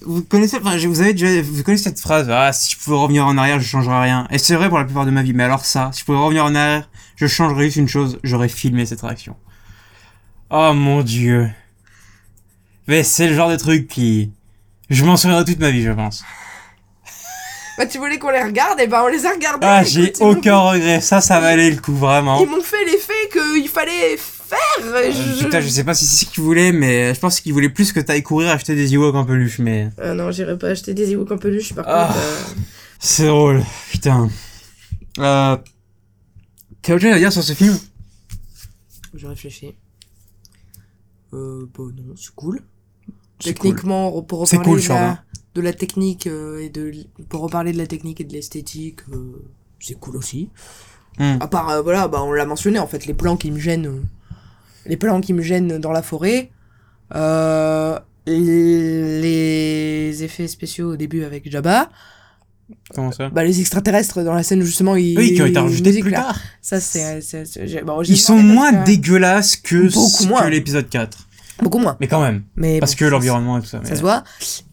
S1: Vous connaissez, enfin, je- vous avez déjà, vous connaissez cette phrase, ah, si je pouvais revenir en arrière, je changerais rien. Et c'est vrai pour la plupart de ma vie, mais alors ça, si je pouvais revenir en arrière, je changerais juste une chose, j'aurais filmé cette réaction. Oh mon dieu. Mais c'est le genre de truc qui, je m'en souviendrai toute ma vie, je pense.
S2: Bah, tu voulais qu'on les regarde et ben on les a regardés.
S1: Ah,
S2: Écoute,
S1: j'ai
S2: ils m'ont-
S1: aucun regret, ça, ça valait le coup, vraiment.
S2: Ils m'ont fait l'effet qu'il fallait faire. et
S1: Euh,
S2: je-
S1: Putain, je sais pas si c'est ce qu'il voulait, mais je pense qu'il voulait plus que t'ailles courir acheter des Ewoks en peluche, mais
S2: Ah non, j'irai pas acheter des e-books en peluche, par
S1: Ah.
S2: contre. euh,
S1: c'est drôle, putain. Euh... T'as autre chose à dire sur ce film
S2: Je réfléchis. Euh, bon, non, c'est cool.
S1: C'est
S2: Techniquement, pour
S1: C'est
S2: reparler
S1: cool,
S2: de,
S1: Jordan.
S2: la, de la technique euh, et de l- pour reparler de la technique et de l'esthétique, euh, c'est cool aussi.
S1: Hmm.
S2: À part, euh, voilà, bah, on l'a mentionné en fait, les plans qui me gênent, euh, les plans qui me gênent dans la forêt, euh, les effets spéciaux au début avec Jabba,
S1: Comment ça
S2: bah, les extraterrestres dans la scène où justement ils.
S1: Oui, qui ont été rajoutés
S2: musique,
S1: plus
S2: là.
S1: tard.
S2: Ça c'est. c'est- c'est- j'ai- bon, j'ai
S1: Ils sont
S2: demandé
S1: moins
S2: parce que-
S1: dégueulasses que, ce-
S2: Beaucoup moins.
S1: que l'épisode 4.
S2: Beaucoup moins.
S1: Mais quand même,
S2: Mais
S1: parce
S2: bon,
S1: que
S2: ça,
S1: l'environnement et tout ça. mais-
S2: ça se voit.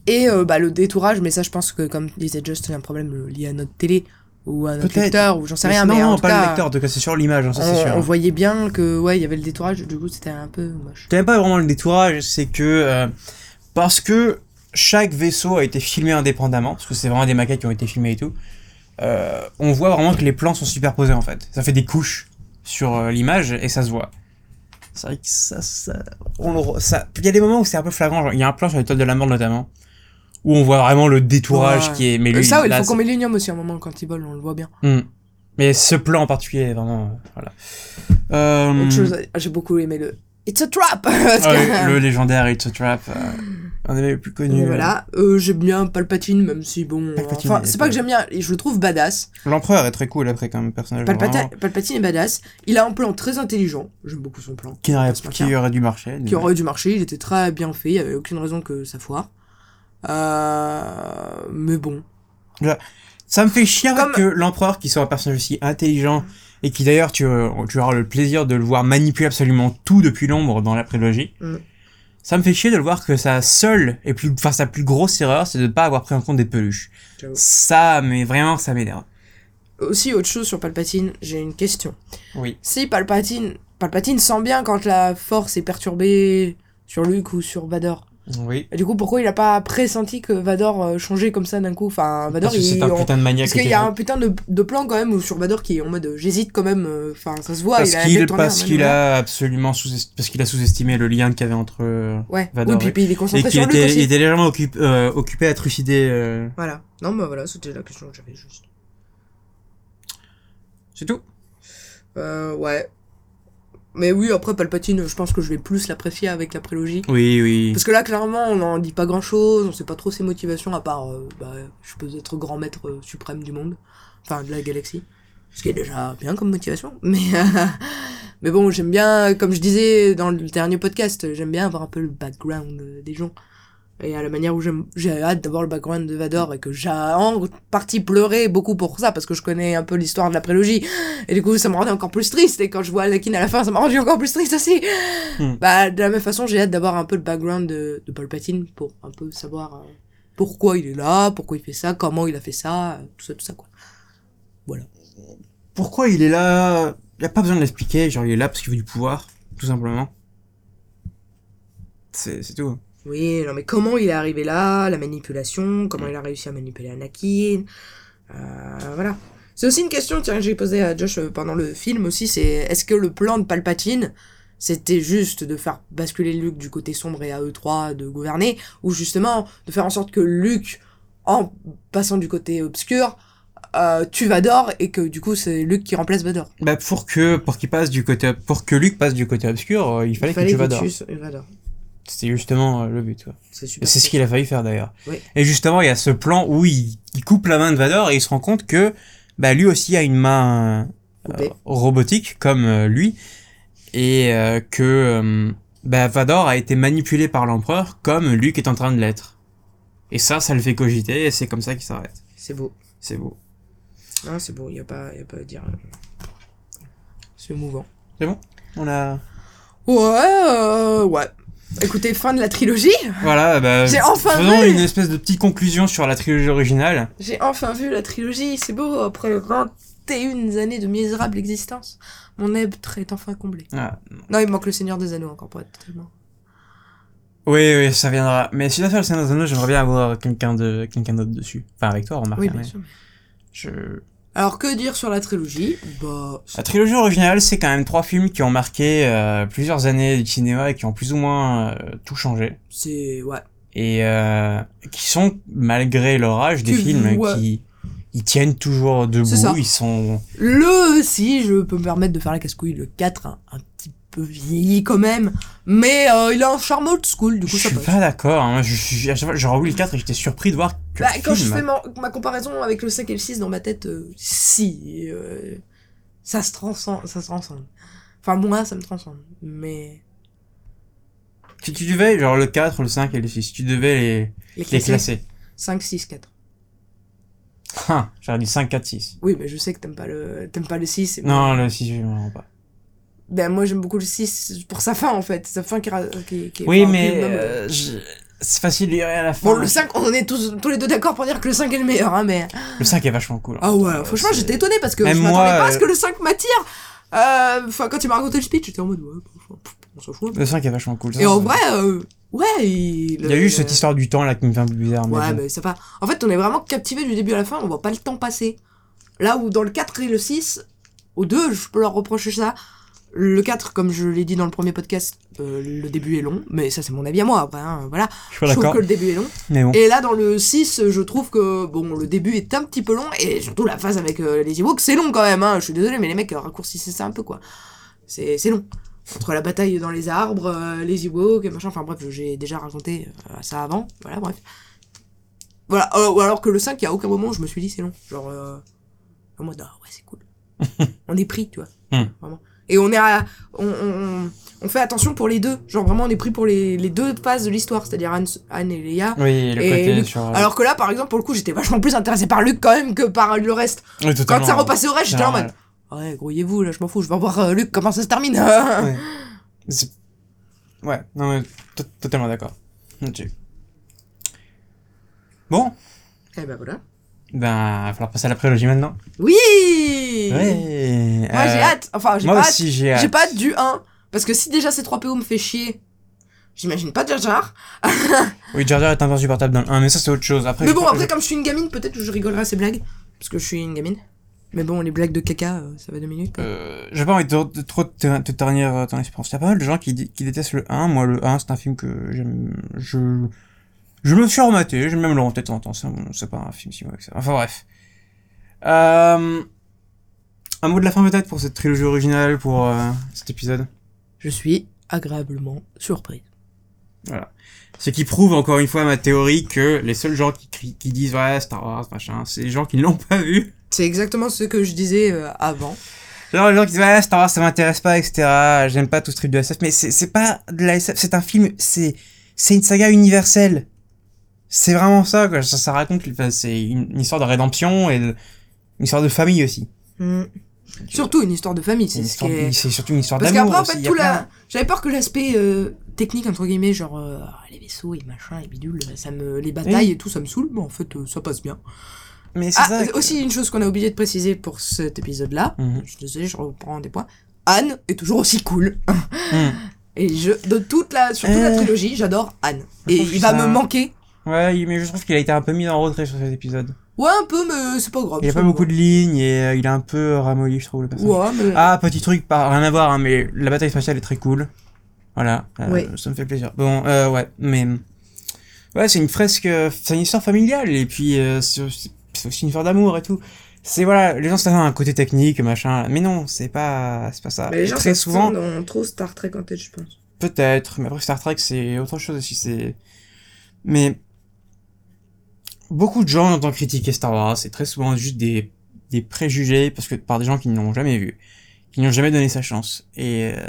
S2: Et euh, bah, le détourage, mais ça, je pense que, comme disait Just, c'est un problème euh, lié à notre télé ou à notre
S1: Peut-être.
S2: lecteur, ou j'en sais
S1: Mais
S2: rien,
S1: non,
S2: mais
S1: non,
S2: en tout
S1: pas
S2: cas,
S1: le lecteur, en tout cas, c'est sur l'image, hein, ça c'est
S2: on,
S1: sûr.
S2: on voyait bien que, ouais, il y avait le détourage, du coup, c'était un peu moche.
S1: T'aimes pas vraiment le détourage, c'est que euh, parce que chaque vaisseau a été filmé indépendamment, parce que c'est vraiment des maquettes qui ont été filmées et tout, euh, on voit vraiment que les plans sont superposés en fait. Ça fait des couches sur euh, l'image et ça se voit. C'est vrai que ça, ça, on le re- ça. Il y a des moments où c'est un peu flagrant. genre, Il y a un plan sur l'étoile de la mort notamment où on voit vraiment le détourage
S2: Ouais.
S1: qui est. Mais
S2: Euh,
S1: lui,
S2: ça, ouais, il
S1: là,
S2: faut qu'on
S1: c'est-
S2: Millennium aussi, à un moment, quand il vole, on le voit bien.
S1: Hmm. Mais ce plan en particulier, est vraiment, euh, voilà. Euh,
S2: Autre chose, j'ai beaucoup aimé le It's a Trap Parce
S1: ah
S2: que-
S1: oui, le légendaire It's a Trap, euh, un des plus connus.
S2: Mais voilà, euh, j'aime bien Palpatine, même si bon. euh,
S1: Palpatine,
S2: Enfin,
S1: il est
S2: c'est pas
S1: pas-
S2: que j'aime bien, je le trouve badass.
S1: L'empereur est très cool après comme personnage.
S2: Palpata-
S1: vraiment,
S2: Palpatine est badass. Il a un plan très intelligent. J'aime beaucoup son plan.
S1: Qui, n'aurait-
S2: se
S1: qui
S2: mentir.
S1: aurait dû marcher.
S2: qui aurait dû marcher. Il était très bien fait, il n'y avait aucune raison que ça foire. Euh, mais bon.
S1: Ça me fait chier
S2: Comme-
S1: que l'empereur, qui soit un personnage aussi intelligent, et qui d'ailleurs tu, euh, tu auras le plaisir de le voir manipuler absolument tout depuis l'ombre dans la prélogie.
S2: Mm.
S1: Ça me fait chier de le voir que sa seule et plus, enfin sa plus grosse erreur, c'est de ne pas avoir pris en compte des peluches.
S2: J'avoue.
S1: Ça, mais vraiment, ça m'énerve.
S2: Aussi, autre chose sur Palpatine, j'ai une question.
S1: Oui.
S2: Si Palpatine, Palpatine sent bien quand la force est perturbée sur Luke ou sur Vador.
S1: Oui.
S2: Et du coup, pourquoi il a pas pressenti que Vador euh, changeait comme ça d'un coup Enfin, Vador,
S1: Parce que
S2: il.
S1: c'est un
S2: on-
S1: putain de hein. maniaque.
S2: Parce qu'il y a un putain de, de plan quand même sur Vador qui est en mode euh, j'hésite quand même, euh, enfin ça se voit,
S1: parce
S2: il a la
S1: qu'il
S2: tête tournée en
S1: parce
S2: mode,
S1: qu'il
S2: ouais.
S1: a absolument sous parce qu'il a sous-estimé le lien qu'il y avait entre euh,
S2: Ouais,
S1: Vador,
S2: oui, puis,
S1: ouais.
S2: puis il est
S1: et
S2: concentré
S1: qu'il
S2: sur Luke
S1: était,
S2: aussi.
S1: il était légèrement occupé, euh, occupé à trucider. euh,
S2: Voilà, non, bah voilà, c'était la question que j'avais juste.
S1: C'est tout.
S2: Euh, ouais. Mais oui, après Palpatine, je pense que je vais plus l'apprécier avec la prélogie.
S1: Oui, oui.
S2: Parce que là, clairement, on n'en dit pas grand chose, on sait pas trop ses motivations, à part, euh, bah, je peux être grand maître euh, suprême du monde, enfin de la galaxie. Ce qui est déjà bien comme motivation, mais. euh, Mais bon, j'aime bien, comme je disais dans le dernier podcast, j'aime bien avoir un peu le background euh, des gens. Et à la manière où j'aime- j'ai hâte d'avoir le background de Vador et que j'ai en partie pleuré beaucoup pour ça parce que je connais un peu l'histoire de la prélogie. Et du coup, ça me rendait encore plus triste. Et quand je vois Anakin à la fin, ça m'a rendu encore plus triste aussi.
S1: Hmm.
S2: Bah, de la même façon, j'ai hâte d'avoir un peu le background de, de Palpatine pour un peu savoir euh, pourquoi il est là, pourquoi il fait ça, comment il a fait ça, euh, tout ça, tout ça, quoi.
S1: Pourquoi il est là Il a pas besoin de l'expliquer, genre il est là parce qu'il veut du pouvoir, tout simplement. C'est c'est tout.
S2: Oui, non, mais comment il est arrivé là, la manipulation, comment il a réussi à manipuler Anakin, euh, voilà. C'est aussi une question, tiens, que j'ai posée à Josh euh, pendant le film aussi, c'est est-ce que le plan de Palpatine, c'était juste de faire basculer Luke du côté sombre et à eux trois de gouverner, ou justement de faire en sorte que Luke, en passant du côté obscur, euh, tue Vador et que du coup c'est Luke qui remplace Vador.
S1: Bah pour que pour qu'il passe du côté pour que Luke passe du côté obscur, euh, il fallait, que tu Vador.
S2: tue Vador.
S1: C'était justement euh, le but. quoi.
S2: C'est
S1: Et
S2: super.
S1: c'est ce qu'il a failli faire d'ailleurs.
S2: Oui.
S1: Et justement, il y a ce plan où il, il coupe la main de Vador et il se rend compte que bah lui aussi a une main euh,
S2: Coupée.
S1: robotique comme euh, lui et euh, que euh, bah, Vador a été manipulé par l'empereur comme Luke est en train de l'être. Et ça, ça le fait cogiter et c'est comme ça qu'il s'arrête.
S2: C'est beau.
S1: C'est beau.
S2: Non, c'est bon, il a pas, y a pas à dire. euh, C'est mouvant.
S1: On a.
S2: Ouais, euh, ouais. Écoutez, fin de la trilogie.
S1: Voilà, bah,
S2: J'ai enfin
S1: faisons
S2: vu
S1: une espèce de petite conclusion sur la trilogie originale.
S2: J'ai enfin vu la trilogie, c'est beau, après 21 années de misérable existence. Mon hêtre est enfin comblé.
S1: Ah,
S2: Non, il me manque le Seigneur des Anneaux encore pour être totalement.
S1: Oui, oui, ça viendra. Mais si la salle Seigneur des Anneaux, j'aimerais bien avoir quelqu'un de quelqu'un d'autre dessus. Enfin, avec toi, remarque.
S2: Oui,
S1: hein,
S2: bien
S1: mais
S2: sûr.
S1: je-
S2: Alors, que dire sur la trilogie Bah.
S1: La trilogie originale, c'est quand même trois films qui ont marqué euh, plusieurs années du cinéma et qui ont plus ou moins euh, tout changé.
S2: C'est. Ouais.
S1: Et euh, qui sont, malgré leur âge, des
S2: Tu
S1: films
S2: vois.
S1: qui ils tiennent toujours
S2: C'est ça.
S1: debout. Ils sont.
S2: Le, si je peux me permettre de faire la casse-couille, le 4, un, un petit peu vieilli quand même. Mais euh, il a un charme old school, du coup
S1: je
S2: ça
S1: suis
S2: passe.
S1: pas d'accord. hein. Je suis- à chaque fois, j'ai revu le 4 et j'étais surpris de voir que.
S2: Bah,
S1: le
S2: quand je
S1: film-
S2: fais ma, ma comparaison avec le 5 et le 6 dans ma tête, euh, si. euh, ça se transcende. Ça se transcende. Enfin, moi, ça me transcende. Mais.
S1: Si tu devais, genre le 4, le 5 et le 6, tu devais les,
S2: Les
S1: les
S2: classer.
S1: classer.
S2: 5, 6, 4.
S1: Hein, J'aurais dit 5, 4, 6.
S2: Oui, mais je sais que t'aimes pas le, t'aimes pas le 6. et-
S1: Non, le 6, je ne pas.
S2: Ben, moi, j'aime beaucoup le 6 pour sa fin, en fait. Sa fin qui. ra- qui, qui-
S1: Oui,
S2: enfin,
S1: mais
S2: qui est même, euh,
S1: euh, je- c'est facile de lire à la fin.
S2: Bon, le 5, on est tous, tous les deux d'accord pour dire que le 5 est le meilleur, hein, mais.
S1: Le 5 est vachement cool. hein.
S2: Ah ouais,
S1: Euh,
S2: franchement,
S1: c'est-
S2: j'étais étonnée parce que
S1: Même
S2: je
S1: moi,
S2: m'attendais pas à
S1: euh,
S2: ce que le 5 m'attire. Euh, Enfin, quand il m'a raconté le speech, j'étais en mode, ouais, bon, on s'en fout.
S1: Le 5 est vachement cool. ça,
S2: Et en
S1: ça-
S2: vrai, euh, ouais, il.
S1: Il y a eu cette histoire du temps là qui me fait un peu bizarre. Mais
S2: Ouais,
S1: bon.
S2: mais ça va. En fait, on est vraiment captivé du début à la fin, on voit pas le temps passer. Là où dans le 4 et le 6, aux deux, je peux leur reprocher ça. Le 4, comme je l'ai dit dans le premier podcast, euh, le début est long, mais ça c'est mon avis à moi après, hein, voilà.
S1: Je suis
S2: Je
S1: pas
S2: trouve
S1: d'accord.
S2: que le début est long.
S1: Mais bon.
S2: Et là dans le 6, je trouve que bon, le début est un petit peu long, et surtout la phase avec euh, les Ewoks, c'est long quand même, hein. je suis désolé, mais les mecs euh, raccourcissaient ça un peu quoi. C'est c'est long. Entre la bataille dans les arbres, euh, les Ewoks et machin, enfin bref, j'ai déjà raconté euh, ça avant, voilà bref. Voilà, euh, ou alors que le 5, il a aucun moment où je me suis dit c'est long. Genre, euh, en mode, ah ouais, c'est cool. on est pris, tu vois.
S1: Hmm.
S2: Vraiment. Et on est à- on, on, on fait attention pour les deux. Genre, vraiment, on est pris pour les, les deux phases de l'histoire, c'est-à-dire Anne, Anne et Léa.
S1: Oui, le
S2: et
S1: côté
S2: Luc-
S1: sur. euh,
S2: Alors que là, par exemple, pour le coup, j'étais vachement plus intéressé par Luc quand même que par le reste.
S1: Oui,
S2: Quand
S1: totalement. hein.
S2: ça repassait au reste, j'étais en mode, ouais, grouillez-vous, là, je m'en fous, je vais voir euh, Luc comment ça se termine.
S1: Ouais. C'est- Ouais, non, mais to- totalement d'accord. Ok. Bon,
S2: et ben voilà.
S1: ben, va falloir passer à la prélogie maintenant.
S2: Oui
S1: Ouais.
S2: Moi, j'ai
S1: euh,
S2: hâte. Enfin, j'ai
S1: Moi
S2: pas hâte.
S1: aussi, j'ai hâte.
S2: J'ai pas hâte du 1. Parce que si déjà ces 3 PO me fait chier, j'imagine pas Jar Jar.
S1: Oui, Jar Jar est insupportable dans le 1, mais ça c'est autre chose. Après,
S2: Mais
S1: je
S2: bon,
S1: crois-
S2: après, comme je suis une gamine, peut-être que je rigolerai à ces blagues. Parce que je suis une gamine. Mais bon, les blagues de caca, euh, ça va deux minutes.
S1: Euh, J'ai pas envie de, de trop te, te ternir euh, ton expérience. Il y a pas mal de gens qui, dé- qui détestent le 1. Moi, le 1, c'est un film que j'aime. Je. Je me suis rematé, j'aime même le remonter de temps en temps. C'est un- C'est pas un film si mauvais que ça. Enfin, bref. Euh, un mot de la fin, peut-être, pour cette trilogie originale, pour euh, cet épisode.
S2: Je suis agréablement surprise.
S1: Ce qui prouve encore une fois ma théorie que les seuls gens qui, crient- qui disent ouais, Star Wars, machin, c'est les gens qui ne l'ont pas vu.
S2: C'est exactement ce que je disais euh, avant.
S1: Genre, les gens qui disent, ouais, Star Wars, ça m'intéresse pas, etc. J'aime pas tout ce truc de SF. Mais c'est, c'est pas de la SF, c'est un film, c'est, c'est une saga universelle. C'est vraiment ça, quoi. Ça, ça raconte, enfin, c'est une, une histoire de rédemption et de- une histoire de famille aussi.
S2: Hmm. Surtout une histoire de famille,
S1: C'est
S2: c'est
S1: une
S2: ce qui
S1: histoire-
S2: est.
S1: c'est surtout une histoire
S2: Parce
S1: d'amour.
S2: qu'après, en fait,
S1: aussi, il y a
S2: tout
S1: plein-
S2: la. J'avais peur que l'aspect euh, technique, entre guillemets, genre euh, les vaisseaux et machin, les bidules, ça me. les batailles
S1: Oui.
S2: et tout, ça me saoule. Mais en fait, euh, ça passe bien.
S1: Mais c'est
S2: Ah,
S1: ça. que-
S2: aussi une chose qu'on a oublié de préciser pour cet épisode-là.
S1: Mhm.
S2: Je suis désolée, je reprends des points. Anne est toujours aussi cool.
S1: Mhm.
S2: Et je, de toute la, sur toute la
S1: Euh.
S2: trilogie, j'adore Anne.
S1: Je
S2: Et
S1: trouve
S2: il va
S1: ça-
S2: me manquer.
S1: Ouais, il- mais je trouve qu'il a été un peu mis en retrait sur cet épisode.
S2: Ouais, un peu, mais c'est pas grave.
S1: Il a
S2: ça
S1: pas
S2: me
S1: beaucoup
S2: va.
S1: de lignes et euh, il a un peu ramolli, je trouve, le personnage.
S2: Ouais, mais.
S1: Ah, petit truc, pas rien à voir, hein, mais la bataille spatiale est très cool. Voilà, euh,
S2: Ouais.
S1: ça me fait plaisir. Bon, euh, ouais, mais... Ouais, c'est une fresque, euh, c'est une histoire familiale, et puis euh, c'est aussi c'est aussi une histoire d'amour et tout. C'est, voilà, les gens s'attendent à un côté technique, machin, mais non, c'est pas, c'est pas ça.
S2: Mais les
S1: Et
S2: gens
S1: très
S2: se
S1: souvent,
S2: fondent en trop Star Trek en tête, je pense.
S1: peut-être, mais après Star Trek, c'est autre chose aussi, c'est... Mais... Beaucoup de gens entendent critiquer Star Wars, c'est très souvent juste des, des préjugés, parce que par des gens qui ne l'ont jamais vu, qui n'y ont jamais donné sa chance, et... euh,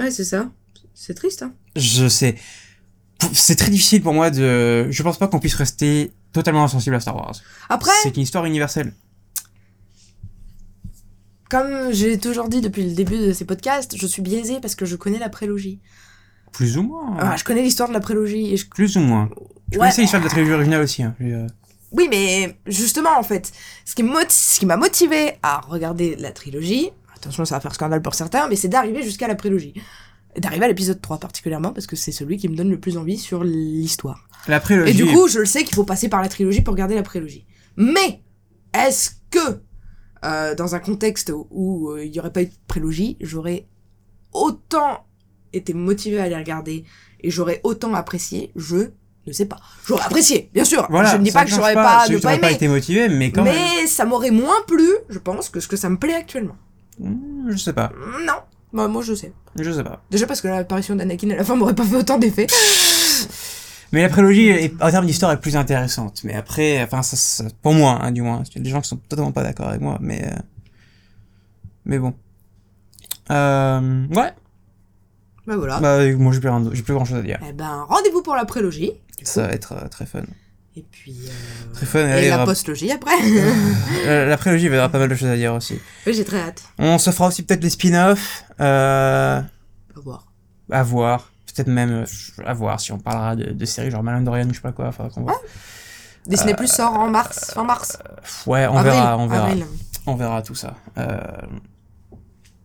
S2: Ouais, c'est ça. C'est triste, hein.
S1: Je sais. Pou- C'est très difficile pour moi de. Je pense pas qu'on puisse rester totalement insensible à Star Wars.
S2: Après,
S1: C'est une histoire universelle.
S2: comme j'ai toujours dit depuis le début de ces podcasts, je suis biaisée parce que je connais la prélogie.
S1: Plus ou moins. hein.
S2: Ah, je connais l'histoire de la prélogie et je...
S1: Plus ou moins. Je
S2: Ouais.
S1: connaissais l'histoire de la trilogie originale aussi. hein. J'ai, euh,
S2: Oui, mais justement, en fait, ce qui me moti- ce qui m'a motivé à regarder la trilogie, attention, ça va faire scandale pour certains, mais c'est d'arriver jusqu'à la prélogie. Et D'arriver à l'épisode 3 particulièrement, parce que c'est celui qui me donne le plus envie sur l'histoire.
S1: La prélogie.
S2: Et du coup, je le sais qu'il faut passer par la trilogie pour regarder la prélogie. Mais, est-ce que, euh, dans un contexte où euh, il n'y aurait pas eu de prélogie, j'aurais autant été motivé à les regarder et j'aurais autant apprécié Je ne sais pas. J'aurais apprécié, bien sûr.
S1: Voilà,
S2: je ne dis
S1: ça
S2: pas que
S1: change
S2: j'aurais pas,
S1: c'est
S2: ne
S1: que t'aurais
S2: pas
S1: pas
S2: aimé.
S1: été motivé, mais quand même.
S2: Mais ça m'aurait moins plu, je pense, que ce que ça me plaît actuellement.
S1: Hmm, Je sais pas.
S2: Non, bah, moi je sais.
S1: Je sais pas.
S2: Déjà parce que l'apparition d'Anakin à la fin m'aurait pas fait autant d'effet.
S1: Mais la prélogie, est- en termes d'histoire, est plus intéressante. Mais après, enfin, ça, ça- pour moi, hein, du moins. Il y a des gens qui sont totalement pas d'accord avec moi, mais. euh, Mais bon. Euh... Ouais.
S2: Bah voilà.
S1: Bah, euh, moi, j'ai plus, rien- j'ai plus grand chose à dire.
S2: Eh ben, rendez-vous pour la prélogie. du
S1: Ça
S2: coup.
S1: va être euh, très fun.
S2: Et puis. euh,
S1: Très fun.
S2: Et
S1: allez, on
S2: la
S1: va-
S2: postlogie après.
S1: Euh, la prélogie va y avoir pas mal de choses à dire aussi.
S2: oui, j'ai très hâte.
S1: On se fera aussi peut-être des spin-offs. Euh,
S2: On va voir.
S1: à voir. Peut-être même euh, à voir si on parlera de, de séries genre Mandalorian, je sais pas quoi. faudra qu'on
S2: Ah.
S1: voit.
S2: Disney Plus sort en mars, fin mars.
S1: Pff, Ouais, Euh, on
S2: Avril,
S1: verra, on verra.
S2: avril.
S1: On verra tout ça. Euh,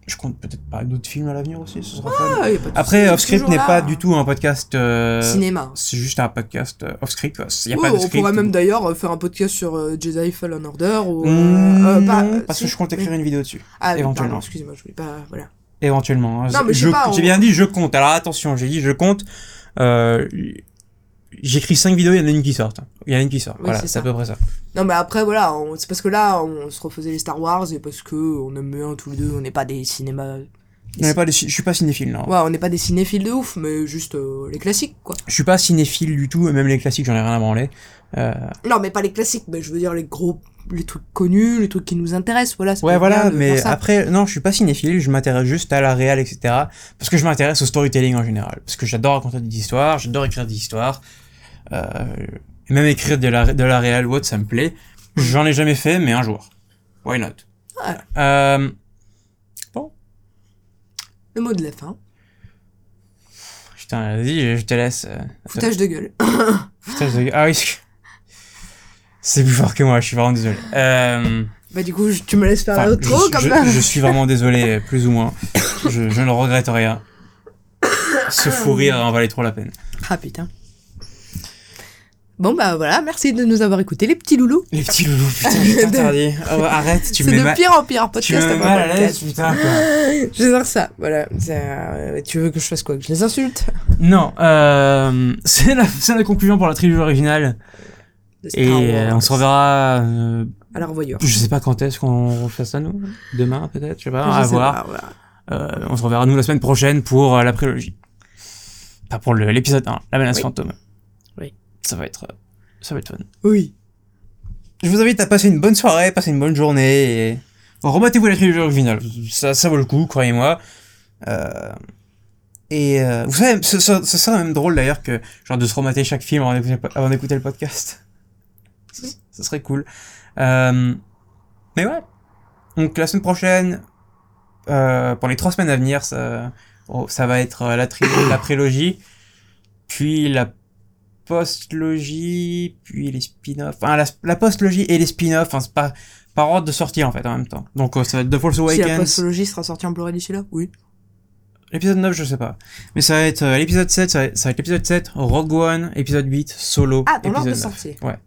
S1: je compte peut-être parler d'autres films à l'avenir aussi. Ce sera fun.
S2: Ah, y a pas de
S1: Après,
S2: souci,
S1: Offscript
S2: toujours
S1: n'est
S2: là.
S1: pas du tout un podcast. euh,
S2: Cinéma.
S1: C'est juste un podcast euh, Offscript. quoi. Il y a
S2: Ouais,
S1: pas de
S2: on
S1: script.
S2: pourrait même d'ailleurs euh, faire un podcast sur euh, Jedi Fallen Order ou. euh,
S1: Mmh,
S2: euh, pas-
S1: non,
S2: euh,
S1: parce
S2: si.
S1: que je compte écrire une vidéo dessus.
S2: Ah, oui,
S1: éventuellement.
S2: pardon, excusez-moi, je voulais pas. Voilà.
S1: Éventuellement. hein.
S2: Non, mais je sais
S1: je,
S2: pas, on-
S1: j'ai bien dit je compte. Alors attention, j'ai dit je compte. Euh, J'écris 5 vidéos, il y en a une qui sort. hein. Il y en a une qui sort.
S2: Oui,
S1: voilà,
S2: c'est
S1: c'est à
S2: ça.
S1: peu près ça.
S2: Non, mais après, voilà, on- c'est parce que là, on se refaisait les Star Wars et parce que on aime bien tous les deux, on n'est pas des cinémas.
S1: On est pas des- Je suis pas cinéphile, non.
S2: Ouais, on n'est pas des cinéphiles de ouf, mais juste euh, les classiques, quoi.
S1: Je suis pas cinéphile du tout, et même les classiques, j'en ai rien à branler. Euh,
S2: Non, mais pas les classiques, mais je veux dire les gros, les trucs connus, les trucs qui nous intéressent, voilà. ça peut
S1: ouais,
S2: être bien
S1: voilà,
S2: de
S1: mais
S2: faire ça.
S1: après, non, je suis pas cinéphile, je m'intéresse juste à la réal, etc. Parce que je m'intéresse au storytelling en général. Parce que j'adore raconter des histoires, j'adore écrire des histoires. Euh, et même écrire de la, de la réal ou autre, ça me plaît. J'en ai jamais fait, mais un jour. Why not?
S2: Ouais. Ah.
S1: Euh,
S2: Le mot de la fin,
S1: Putain, vas-y, je- je te laisse. euh,
S2: foutage de gueule.
S1: foutage de gueule. Ah oui, c'est- c'est plus fort que moi, je suis vraiment désolé. Euh,
S2: Bah du coup, je- tu me laisses faire
S1: enfin,
S2: la
S1: je,
S2: outro
S1: je-
S2: comme
S1: je-
S2: ça.
S1: je suis vraiment désolé, euh, plus ou moins. Je, je ne regrette rien. Ce fou rire en valait trop la peine.
S2: Ah putain. Bon bah voilà, merci de nous avoir écoutés les petits loulous.
S1: Les petits loulous, putain, je t'interdis. Oh, arrête, tu
S2: C'est
S1: me mets
S2: de
S1: mal.
S2: pire en pire
S1: Tu
S2: podcast
S1: me mets
S2: après
S1: mal à
S2: podcast.
S1: l'aise, putain. quoi.
S2: J'adore ça, voilà. Ça, euh, tu veux que je fasse quoi Que je les insulte
S1: Non, euh, c'est la, c'est la conclusion pour la trilogie originale.
S2: De Star
S1: Et euh,
S2: Wars.
S1: on se reverra. euh,
S2: À la revoyure.
S1: je sais pas quand est-ce qu'on refait ça, nous. Demain, peut-être, je sais pas.
S2: Je
S1: à
S2: sais
S1: voir.
S2: pas, voilà.
S1: Euh, on se reverra nous la semaine prochaine pour euh, la prélogie. Pas pour le- l'épisode 1, la menace
S2: Oui.
S1: fantôme.
S2: Oui.
S1: Ça va être euh, ça va être fun.
S2: Oui.
S1: Je vous invite à passer une bonne soirée, passer une bonne journée et Remettez-vous la trilogie originale. Ça, ça vaut le coup, croyez-moi. Euh, Et euh, vous savez, ce, ce- ce serait même drôle d'ailleurs que genre de se remater chaque film avant d'écouter, avant d'écouter le podcast. Ce, ce serait cool. Euh, Mais ouais. Donc la semaine prochaine, euh, pour les trois semaines à venir, ça, oh, ça va être euh, la, tri- la prélogie, puis la postlogie, puis les spin-offs. Enfin, la, la postlogie et les spin-offs, enfin, c'est pas par ordre de sortie en fait en même temps. Donc euh, ça va être The Force
S2: Si la
S1: Awakens.
S2: postologie sera sortie en Blu-ray d'ici là, oui.
S1: L'épisode 9, je sais pas. Mais ça va être euh, l'épisode 7, ça va ça va être l'épisode 7, Rogue One, épisode 8, Solo,
S2: Ah, dans l'ordre
S1: épisode
S2: de
S1: 9.
S2: sortie.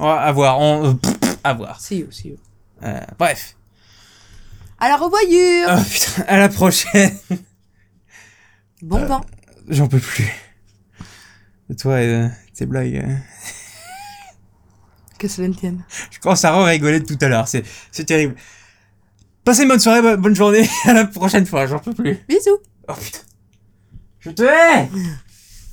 S1: Ouais, à voir, on, euh, pff, pff, à voir.
S2: Si, aussi.
S1: Euh, bref.
S2: À la revoyure
S1: Oh putain, à la prochaine.
S2: Bon
S1: euh,
S2: vent
S1: J'en peux plus. Et toi, euh, tes blagues. euh,
S2: Que cela ne tienne.
S1: Je commence à rigoler de tout à l'heure, c'est c'est terrible. Passez une bonne soirée, bo- bonne journée, à la prochaine fois, j'en peux plus.
S2: Bisous
S1: Oh putain. Je Oh, te hais